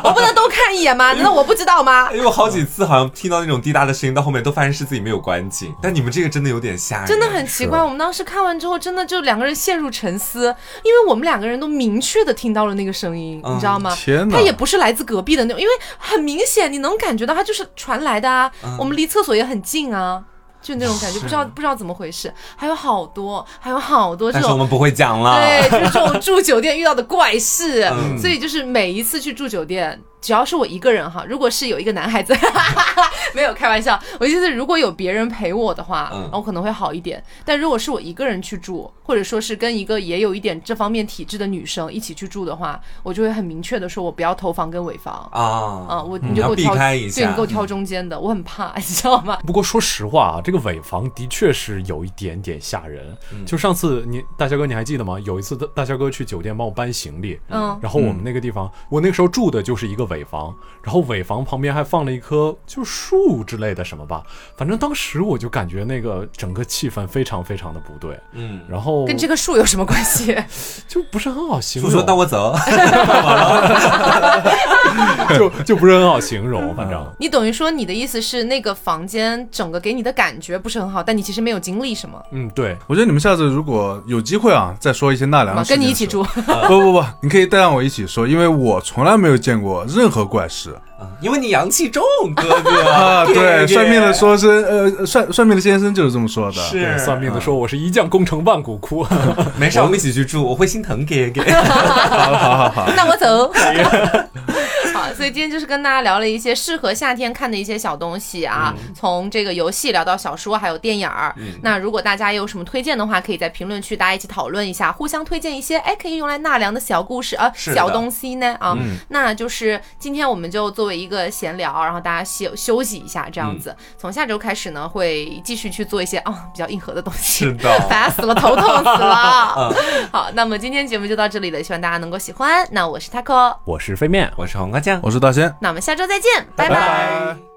[SPEAKER 2] 我不能都看一眼吗？难道我不知道吗
[SPEAKER 3] 因？为我哎好几次好像听到那种滴答的声音，到后面都发现是自己没有关紧。但你们这个真的有点吓 人，
[SPEAKER 2] 真的很奇怪，
[SPEAKER 3] 啊
[SPEAKER 2] 我们当时看完之后，真的就两个人陷入沉思，因为我们两个人都明确的听到了那个声音，
[SPEAKER 3] 嗯
[SPEAKER 2] 你知道吗？
[SPEAKER 4] 天哪
[SPEAKER 2] 它！也不是来自隔壁的那种，因为很明显你能感觉到它就是传来的啊。
[SPEAKER 3] 嗯
[SPEAKER 2] 我们离厕所也很近啊，就那种感觉，不知道不知道怎么回事。还有好多，还有好多这
[SPEAKER 3] 但是我
[SPEAKER 2] 种
[SPEAKER 3] 们不会讲了。
[SPEAKER 2] 对，就是这种住酒店遇到的怪事，
[SPEAKER 3] 啊嗯
[SPEAKER 2] 所以就是每一次去住酒店。只要是我一个人哈，如果是有一个男孩子， 没有开玩笑，我意思是如果有别人陪我的话，
[SPEAKER 3] 嗯
[SPEAKER 2] 然后可能会好一点。但如果是我一个人去住，或者说是跟一个也有一点这方面体质的女生一起去住的话，我就会很明确的说，我不要头房跟尾房。啊、
[SPEAKER 3] 啊，
[SPEAKER 2] 我
[SPEAKER 3] 嗯
[SPEAKER 2] 你就给
[SPEAKER 3] 要
[SPEAKER 2] 我
[SPEAKER 3] 避
[SPEAKER 2] 挑，
[SPEAKER 3] 开一
[SPEAKER 2] 对你
[SPEAKER 3] 下
[SPEAKER 2] 给我，挑中间的，我很怕，你知道吗？
[SPEAKER 1] 不过说实话啊，这个尾房的确是有一点点吓人。就上次你大肖哥你还记得吗？有一次大大肖哥去酒店帮我搬行李，
[SPEAKER 2] 嗯
[SPEAKER 1] 然后我们那个地方，我那个时候住的就是一个尾房，然后尾房旁边还放了一棵就树之类的什么吧，反正当时我就感觉那个整个气氛非常非常的不对，
[SPEAKER 3] 嗯，
[SPEAKER 1] 然后
[SPEAKER 2] 跟这棵树有什么关系？
[SPEAKER 1] 就不是很好形
[SPEAKER 3] 叔
[SPEAKER 1] 容，
[SPEAKER 3] 叔当我走，
[SPEAKER 1] 就就不是很好形容，反正。
[SPEAKER 2] 你等于说你的意思是那个房间整个给你的感觉不是很好，但你其实没有经历什么，
[SPEAKER 1] 嗯，对，
[SPEAKER 4] 我觉得你们下次如果有机会啊，再说一些纳凉
[SPEAKER 2] 嘛
[SPEAKER 4] 的。
[SPEAKER 2] 跟你一起，住，
[SPEAKER 4] 不不不，你可以带上我一起说，因为我从来没有见过任何怪事
[SPEAKER 3] 啊 因为你阳气重，哥 哥
[SPEAKER 4] 啊。对，算命的
[SPEAKER 3] 说
[SPEAKER 4] 说是呃，算算命的先生就是这么说的。
[SPEAKER 1] 对
[SPEAKER 3] 是
[SPEAKER 1] 算命的说我是一将功成万骨枯，
[SPEAKER 3] 没事，我们一起去住，我会心疼给给。
[SPEAKER 4] 好好好好，
[SPEAKER 2] 那我 走。好，所以今天就是跟大家聊了一些适合夏天看的一些小东西啊，
[SPEAKER 3] 嗯
[SPEAKER 2] 从这个游戏聊到小说，还有电影儿。那如果大家有什么推荐的话，可以在评论区大家一起讨论一下，互相推荐一些哎可以用来纳凉的小故事啊、
[SPEAKER 3] 是的嗯
[SPEAKER 2] 小东西呢啊。那就是今天我们就作为一个闲聊，然后大家休休息一下这
[SPEAKER 3] 嗯
[SPEAKER 2] 样子。从下周开始呢，会继续去做一些啊、比较硬核的东西。
[SPEAKER 3] 是的
[SPEAKER 2] 烦死了，头痛死了。好，那么今天节目就到这里了，希望大家能够喜欢。那我是 taco，
[SPEAKER 1] 我是飞面，
[SPEAKER 3] 我是黄瓜酱，
[SPEAKER 4] 我是大仙，
[SPEAKER 2] 那我们下周再见，拜
[SPEAKER 3] 拜拜。